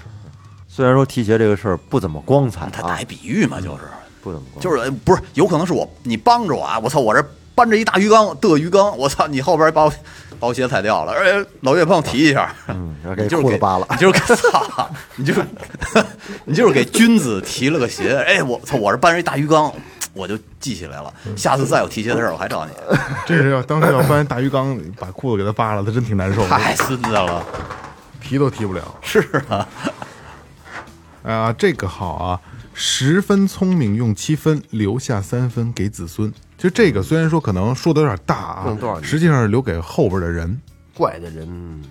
虽然说提鞋这个事儿不怎么光彩
他
啊
打一，比喻嘛，就是，
不怎么光彩，
就是哎不是有可能是我你帮着我啊？我操，我这搬着一大鱼缸的鱼缸，我操，你后边把我把我鞋踩掉了，而且老岳帮我提一下，嗯
然后给
你就是
裤子
给
扒了
你就是给操，你就是你就是给君子提了个鞋，哎，我操，我这搬着一大鱼缸，我就记起来了，
嗯
下次再有提鞋的事儿我还
(laughs)
找你，
这是要当时要翻大鱼缸，把裤子给他扒了，他真挺难
(laughs)
受的，
太孙子了，
提都提不了。
是啊，
啊、这个好啊，十分聪明用七分，留下三分给子孙。就这个虽然说可能说的有点大啊
用多少，年
实际上是留给后边的人。
怪的人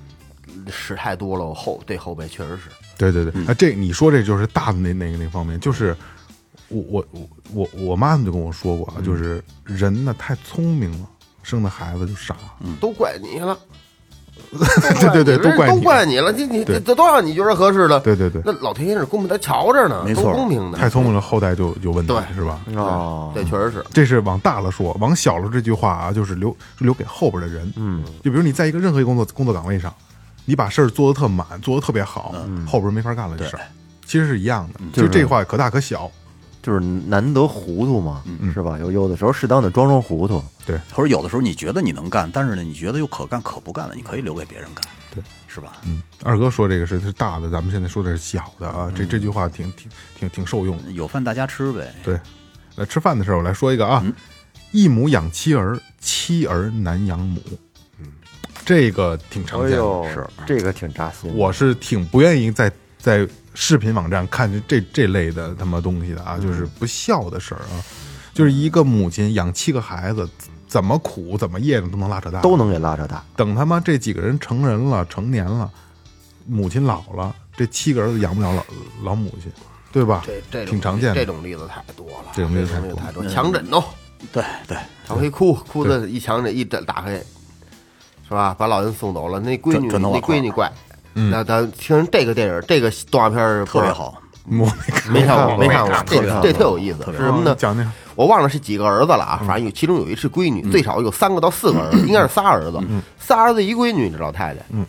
事太多了，后对后辈确实是。
对对对，
嗯
啊，这你说这就是大的那那个那方面，就是我我我我我妈妈就跟我说过
嗯
啊，就是人呢太聪明了，生的孩子就傻。
都怪你了，
(laughs) 对对对，
都
怪
都
你，
怪你了，这你
对
这这都让你觉得合适的，
对对对
那老天爷是公平，他瞧着呢，
没错
都公平的，
太聪明了，后代就有问题
对，
是吧？
哦，
这确实是。
这是往大了说，往小了这句话啊，就是留是留给后边的人。嗯，就比如你在一个任何一个工作工作岗位上，你把事儿做得特满，做得特别好，后边没法干了这事儿，其实是一样的。就这话可大可小，
就是难得糊涂嘛，是吧？有有的时候适当的装装糊涂，
对，
或者有的时候你觉得你能干，但是呢，你觉得又可干可不干的，你可以留给别人干，对，是吧？
嗯。二哥说这个是是大的，咱们现在说的是小的啊，这这句话挺挺挺挺受用的。
有饭大家吃呗，
对，来吃饭的时候我来说一个啊，一母养妻儿，妻儿难养母。这个挺常
哎
见的。
呦，这个挺扎心。
我是挺不愿意在在视频网站看这这类的他妈东西的啊，
嗯
就是不孝的事儿啊，就是一个母亲养七个孩子，怎么苦怎么业障都能拉扯大，
都能给拉扯大，
等他妈这几个人成人了、成年了，母亲老了，这七个儿子养不了老老母亲，对吧？
这这种
挺常见的
这种例子太多了，
这
这
种例子太
太
多嗯
太多，强枕头，
对对，
强黑哭，哭的一强枕一枕打开，是吧？把老人送走了，那闺
转
女
转头
那
往后
闺女怪。
嗯
那咱听这个电影，这个动画片儿
特别，好，
我
没看过，没看过，
特别好
这这特有意思，是什么呢？
讲讲，
我忘了是几个儿子了啊，反正有其中有一是闺女，最少有三个到四个儿子，应该是仨儿子，仨儿子一闺女，这老太太。嗯，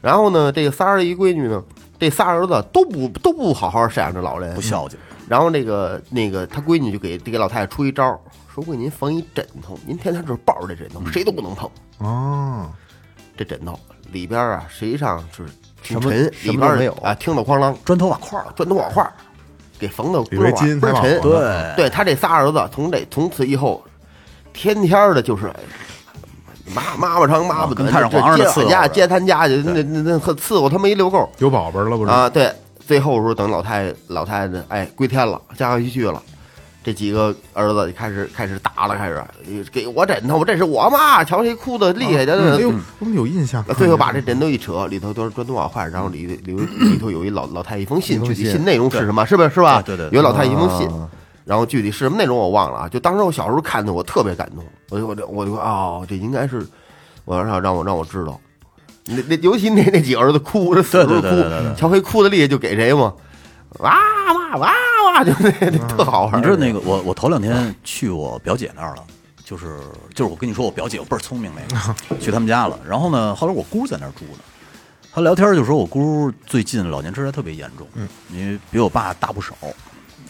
然后呢，这个仨儿子一闺女呢，这仨儿子都不都不好好赡养这老人
不，孝敬，
然后那个那个他闺女就给给老太太出一招儿，说我给您缝一枕头，您天天就是抱着这枕头，谁都不能碰。
哦，
这枕头里边儿啊，实际上就是挺
什么
沉，
什
里
么
边
都没
儿
有
啊听着哐啷
砖头瓦块儿，
砖头瓦块儿给缝的
以为金
倍
才
儿
往
沉。
后
呢
对他这仨儿子，从这从此以后，天天儿的就是哎妈妈妈长妈妈
哦跟
短
太上
这
皇上
接
的伺
俺
候
家
着
接他家去，那那那那伺候他没溜够
有宝贝了不是？
啊！对，最后时候等老太老太太哎归天了，家回去了。这几个儿子就开始开始打了，开始哎给我枕头，这是我妈，瞧谁哭的
啊
厉害的，
哎呦，我怎么有印象？
嗯最后
(laughs)
把这枕头一扯，里头都是砖头瓦块，然后里里里头有一老老太太一封信，具体信内容是什么？是不是是吧？
对对对
有老太太一封信
啊，
然后具体是什么内容我忘了啊。就当时我小时候看的，我特别感动，我就我就我就哦，这应该是我要让让我让我知道，那那尤其那那几个儿子哭，这死时
对
候
对对对
哭，乔黑哭的厉害就给谁嘛，哇哇哇哇，就那那特好玩儿。
嗯你知道那个我我头两天去我表姐那儿了，就是就是我跟你说我表姐我倍儿聪明那个，去他们家了。然后呢，后来我姑在那儿住呢，他聊天就说我姑最近老年痴呆特别严重，嗯，因为比我爸大不少，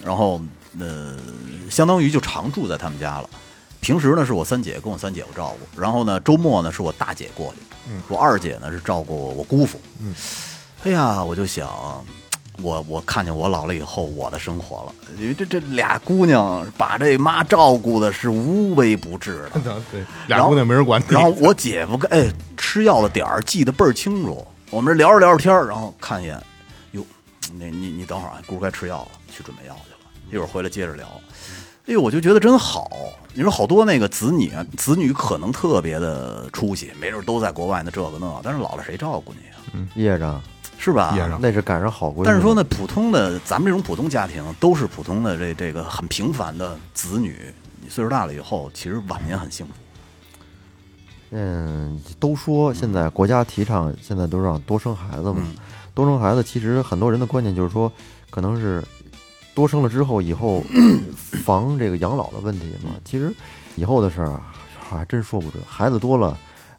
然后呃，相当于就常住在他们家了。平时呢是我三姐跟我三姐夫照顾，然后呢周末呢是我大姐过去，我二姐呢是照顾我姑父。嗯，哎呀，我就想，我我看见我老了以后我的生活了，因为这这俩姑娘把这妈照顾的是无微不至的，
对，俩姑娘没人管你 (laughs)
然，后我姐夫跟哎吃药的点儿记得倍儿清楚，我们这聊着聊着天儿，然后看一眼，哟，那你你等会儿啊，姑该吃药了，去准备药去了，一会儿回来接着聊。哎呦，我就觉得真好。你说好多那个子女啊，子女可能特别的出息，没准都在国外呢，这个那个，但是老了谁照顾你啊？
业障，
是吧？
也让
那是赶上好闺女。
啊但是说，呢，普通的咱们这种普通家庭，都是普通的这这个很平凡的子女，你岁数大了以后，其实晚年很幸福。
嗯，都说现在国家提倡现在都让多生孩子
嗯
嘛，多生孩子其实很多人的观念就是说，可能是多生了之后
(coughs)
以后防这个养老的问题嘛。其实以后的事儿啊还真说不准，孩子多了。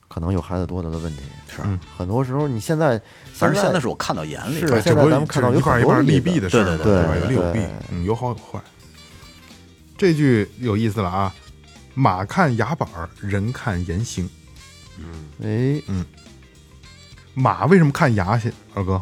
可能有孩子多了的问题嗯
是
很多时候你现在，
但是现在是我看到眼里
是
了，
这
现在
哎不
咱们看到有
一块儿
很
一
多
块儿利
例
弊
子
的事儿，
对对
对
对
吧？有利有弊
对，
嗯，有好有坏。这句有意思了啊！马看牙板儿，人看言行。
哎，
嗯
马为什么看牙去？二哥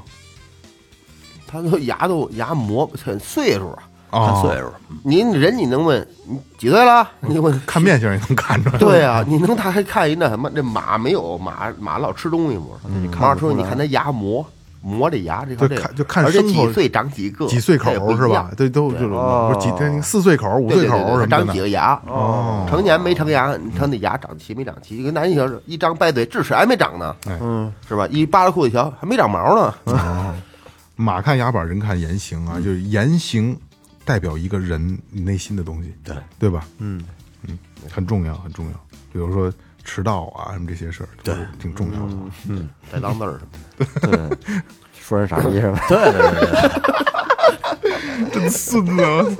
他都牙都牙磨很岁数啊，
看
啊，
岁数，
您人你能问你几岁了？
(laughs)
你问
看面相也能看出来。
对啊，你能大概看一那什么？这马没有马，马老吃东西不是？马老吃东西，你看它牙磨磨这牙，这
就
这个
看就看
而且
牲口
几岁长几个，
几岁
它也不
口
一
是吧
样？？
对，都就是
哦
不是几这四岁口、五
对
岁
对
口
对对，
什
它
么的
长几
呢。
个牙，
哦
成年没成牙，你看那牙长齐没长齐？就跟男小一张掰嘴，智齿还没长呢，
嗯，
是吧？一扒拉裤子瞧，还没长毛呢。
马看牙板儿，人看言行啊，就是言行代表一个人你内心的东西，对对吧？嗯嗯，很重要，很重要。比如说迟到啊，什么这些事儿，对，嗯挺重要的。
带脏字儿什么的，
说人傻逼是吧？
对对对对对，
孙子。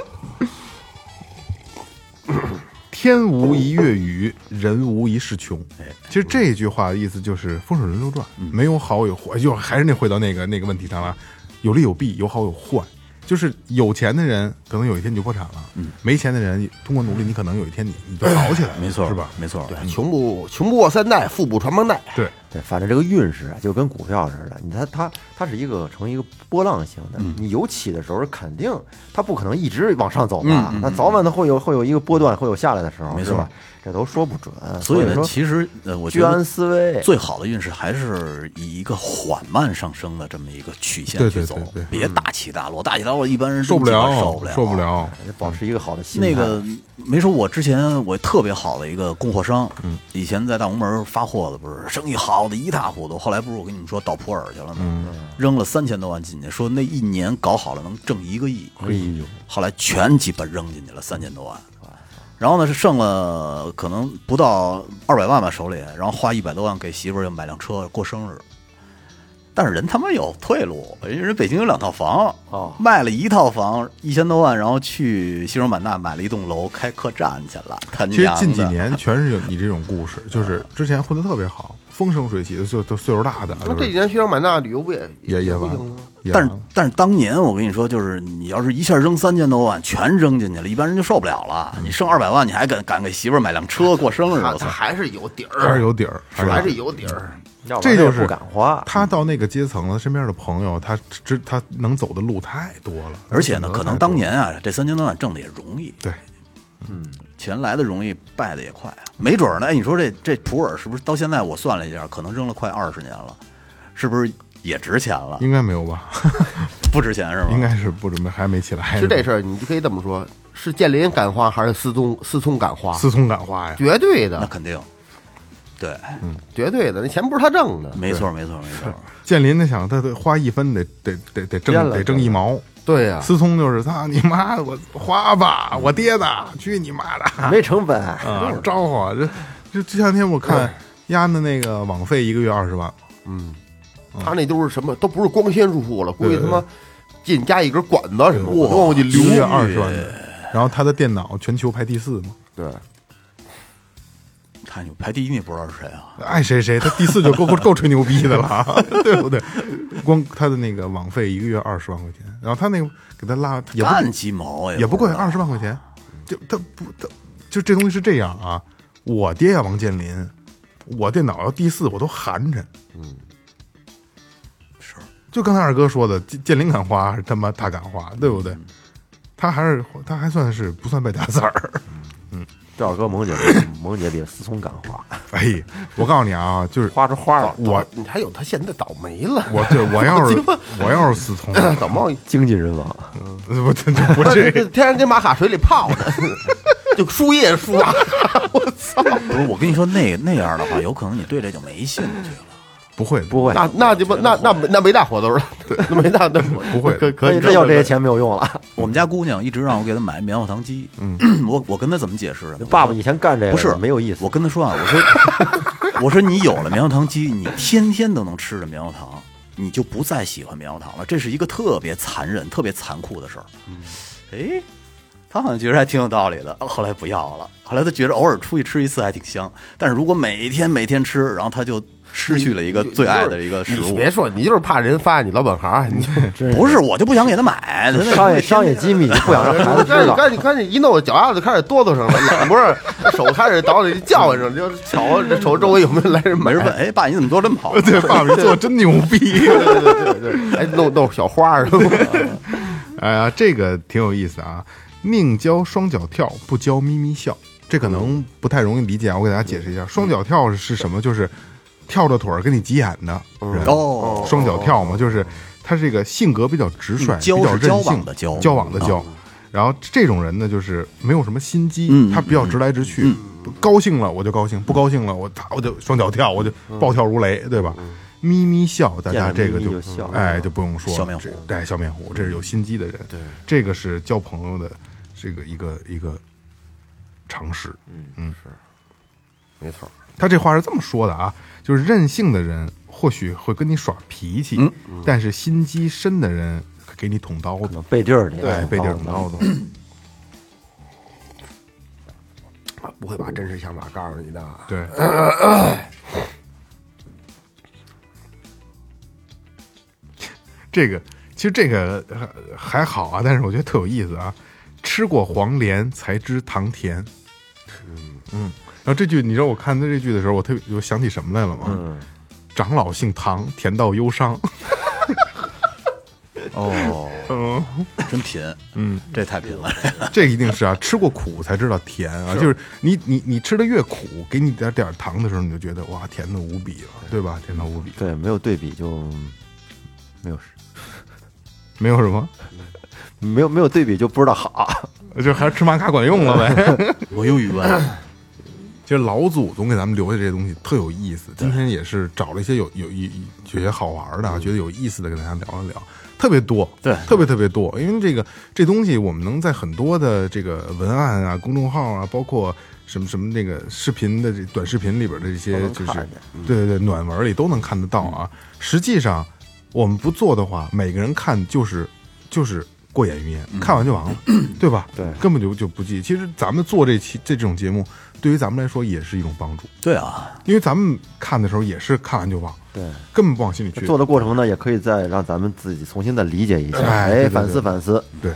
天无一月雨，人无一世穷。其实这句话的意思就是风水轮流转，
嗯
没有好有坏，就还是那回到那个那个问题上了，有利有弊，有好有坏。就是有钱的人可能有一天你就破产了，没钱的人通过努力，你可能有一天你你就好起来了，
嗯没错，嗯
是吧？
没错，
穷不穷不过三代，富不传帮带。
对，
对，反正这个运势啊，就跟股票似的，你它它它是一个呈一个波浪形的，
嗯
你有起的时候，肯定
嗯
它不可能一直往上走吧？那早晚它会有会有一个波段，会有下来的时候，
没
是
错
吧？这都说不准。
所以
以
呢，
说，
其实呃，我觉
居安
得
思危，
最好的运势还是以一个缓慢上升的这么一个曲线
对
去
对
走
对对，
别大起大落，大起大落一般人
受不
真基本
了，
受不了，嗯
受不。了。
保持一个好的心态。
那个没说，我之前我特别好的一个供货商，嗯，以前在大红门发货的，不是生意好的一塌糊涂。后来不是我跟你们说到普洱去了吗？扔了三千多万进去，说那一年搞好了能挣一个亿。哎呦，后来全鸡巴扔进去了三千多万，然后呢是剩了可能不到二百万吧手里，然后花一百多万给媳妇儿就买辆车过生日。但是人他妈有退路，人人北京有两套房，
哦
卖了一套房一千多万，然后去西双版纳买了一栋楼开客栈去了。他
其实
娘的
近几年全是有你这种故事，就是之前混得特别好，风生水起的，岁都岁数大的，
那这几年西双版纳旅游不也
也也
也不
完
行吗？，
也
但是
完
但是当年我跟你说，就是你要是一下扔三千多万全扔进去了，一般人就受不了
嗯
了。你剩二百万，你还敢敢给媳妇儿买辆车过生日？
他
我操
(laughs)
他！还是有底
还
儿
是，有底儿，还是有
还
底
是
儿
有底儿。
要不
这
然
就
也
是
不敢花。
他到那个阶层了，身边的朋友，他知他能走的路太多了，
而且呢，
选择
可
太
能
多
当年啊，这三千多万挣的也容易，
对
钱来的容易，败的也快啊。没准儿呢，哎，你说这这普洱是不是到现在我算了一下，可能扔了快二十年了，是不是也值钱了？
应该没有吧？
不值钱是吗？
应该是不准备，还没起来。
其实这事儿你就可以这么说：是建林敢花，还是思聪思聪敢花？
思聪敢花呀，
绝对
那
的，
肯定，对，
嗯
绝对的，那钱不是他挣的。
没错，没错，没错。
建林他想，他得花一分得得得得
颠
挣
了
得挣一毛。
对呀，
思聪就是操你妈的，我花吧，我爹的，去你妈的！
没成本，
啊，招呼啊！这这这两天我看丫的那个网费一个月二十万，
他那都是什么？都不是光纤入户了，估计他妈进加一根管子什么的，
哇
我去
一个月
流
二十万的，然后他的电脑全球排第四嘛，
对，
太牛，排第一你不知道是谁啊？
爱谁谁，他第四就够够够吹牛逼的了， (laughs) 对不对？光他的那个网费一个月二十万块钱，然后他那个给他拉也不
干鸡毛呀，
也不啊贵，
知道
二十万块钱，就他不他就这东西是这样啊，我爹呀王健林，我电脑要第四我都寒碜，嗯，
是，
就刚才二哥说的，健健林敢花，他妈他敢花，对不对？他还是他还算是不算败家子儿， (laughs)
赵哥萌姐，萌姐比思聪敢花，
哎，我告诉你啊，就是 (laughs)
花出花了。
我
你还有他现在倒霉了，
我对我要是我要是思聪，
倒冒，
经济人
(laughs)
王，
不这这不
不
这
是这 (laughs) 天天跟玛卡水里泡着， (laughs) 就输液输啊，我操！
不是，我跟你说，那那样的话，有可能你对这就没兴趣
嗯
了。
不会
不会，
那那就不那那那没大火头了，那没大那
不会
可可以
这要这些钱没有用了。
我们家姑娘一直让我给她买棉花糖机，
(clears throat)
嗯，我我跟她怎么解释啊？
爸爸以前干这个
不是
没有意思，
我跟她说啊，我说我说你有了棉花糖机，你天天都能吃着棉花糖，你就不再喜欢棉花糖了。这是一个特别残忍、特别残酷的事儿。哎，她好像觉得还挺有道理的，后来不要了。后来她觉得偶尔出去吃一次还挺香，但是如果每天每天吃，然后她就失去了一个最爱的一个食
你
物。
别说，你就是怕人发现你老本行，你
不是，我就不想给她买。她那
商业商业机密，你不想让孩子
赶
知
紧
道。
赶紧赶紧一弄，我脚丫子开始哆嗦上了，懒不是手开始倒里叫唤上，就瞧这瞅周围有没有来
(laughs)
人
没
买
人。问，哎，爸，你怎么做这么好？
(laughs) 对爸爸做真牛逼。 (laughs)
对对对对对，哎，弄弄小花儿，
哎呀，这个挺有意思啊！宁教双脚跳，不教咪咪笑。这可能不太容易理解啊，我给大家解释一下，双脚跳是什么？就是跳着腿儿跟你急眼的人，
哦
双脚跳嘛，就是他这个性格比较直率，
嗯
比
交
较
是
任
交
性
往的交
交往的交。然后这种人呢，就是没有什么心机，
嗯
他比较直来直去，高兴了我就高兴，不高兴了我打我就双脚跳，我就
嗯
暴跳如雷，对吧？咪咪笑，大家
见
这
着
个
咪咪
就
就笑
哎就不用说了
笑面虎
这哎，笑面虎，这是有心机的人，对，这个是交朋友的这个一个一个常识，
嗯没错，
嗯他这话是这么说的啊，就是任性的人或许会跟你耍脾气，但是心机深的人给你捅刀子，
背地儿里，
哎，背地儿捅刀
哦
子。
不会把真实想法告诉你的。
对，这个其实这个呃还好啊，但是我觉得特有意思啊。吃过黄连才知糖甜，嗯，然后这句你知道我看到这句的时候，我特别我想起什
嗯 (laughs)
么来了吗？长老姓唐，甜到忧伤。
哦，真贫，嗯，这太贫了。
这一定是啊，吃过苦才知道甜啊！就是你你你吃的越苦，给你点点糖的时候，你就觉得哇，甜的无比了，对吧？甜到无比，
对，没有对比就没有
没有什么，
没有没有对比就不知道好。
就还是吃玛卡管用了呗。
我有语问，
(coughs) 其实老祖宗给咱们留下这些东西特有意思。今天也是找了一些有有有有些好玩的啊，觉得有意思的跟大家聊一聊，特别多，
对
特别特别多。因为这个这东西，我们能在很多的这个文案啊、公众号啊，包括什么什么那个视频的这短视频里边的这些，就是
嗯
对对对暖文里都能看得到啊。实际上，我们不做的话，每个人看就是就是。过眼云烟，看完就
(clears throat)
完了，对吧？
嗯对
根本就就不记。其实咱们做这期这这种节目，对于咱们来说也是一种帮助，
对啊，
因为咱们看的时候也是看完就忘，
对，
根本不往心里去。
做的过程呢，也可以再让咱们自己重新的理解一下，
哎对对对
哎，反思反思。
对，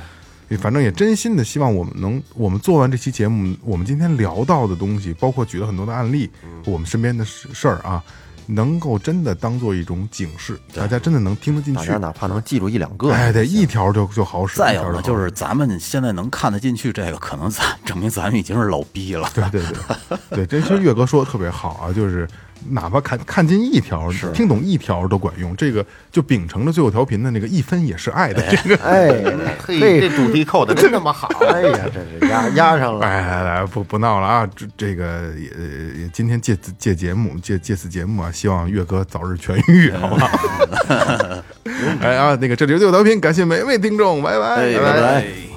也反正也真心的希望我们能，我们做完这期节目，我们今天聊到的东西，包括举了很多的案例，
嗯
我们身边的事事儿啊，能够真的当做一种警示，大家真的能听得进
大
去
家。哪怕能记住一两个，
哎，对，一条就就好使。
再
一条
有呢，
好使
就是咱们现在能看得进去这个，可能咱 (laughs) 证明咱们已经是老逼了。
对对对
(laughs)
对，这其实岳哥说的特别好啊，就是哪怕看看进一条，听懂一条都管用。这个就秉承了最后调频的那个一分也是爱的这个。
哎，
嘿，
嘿
这，主题扣的真他妈好！
哎呀，这是压压上了。
哎，来来，不不闹了啊！这这个也也今天借此借节目借借此节目啊，希望岳哥早日痊愈，好不好？哎啊，那个这里是最后调频，感谢每位听众，拜拜
拜拜。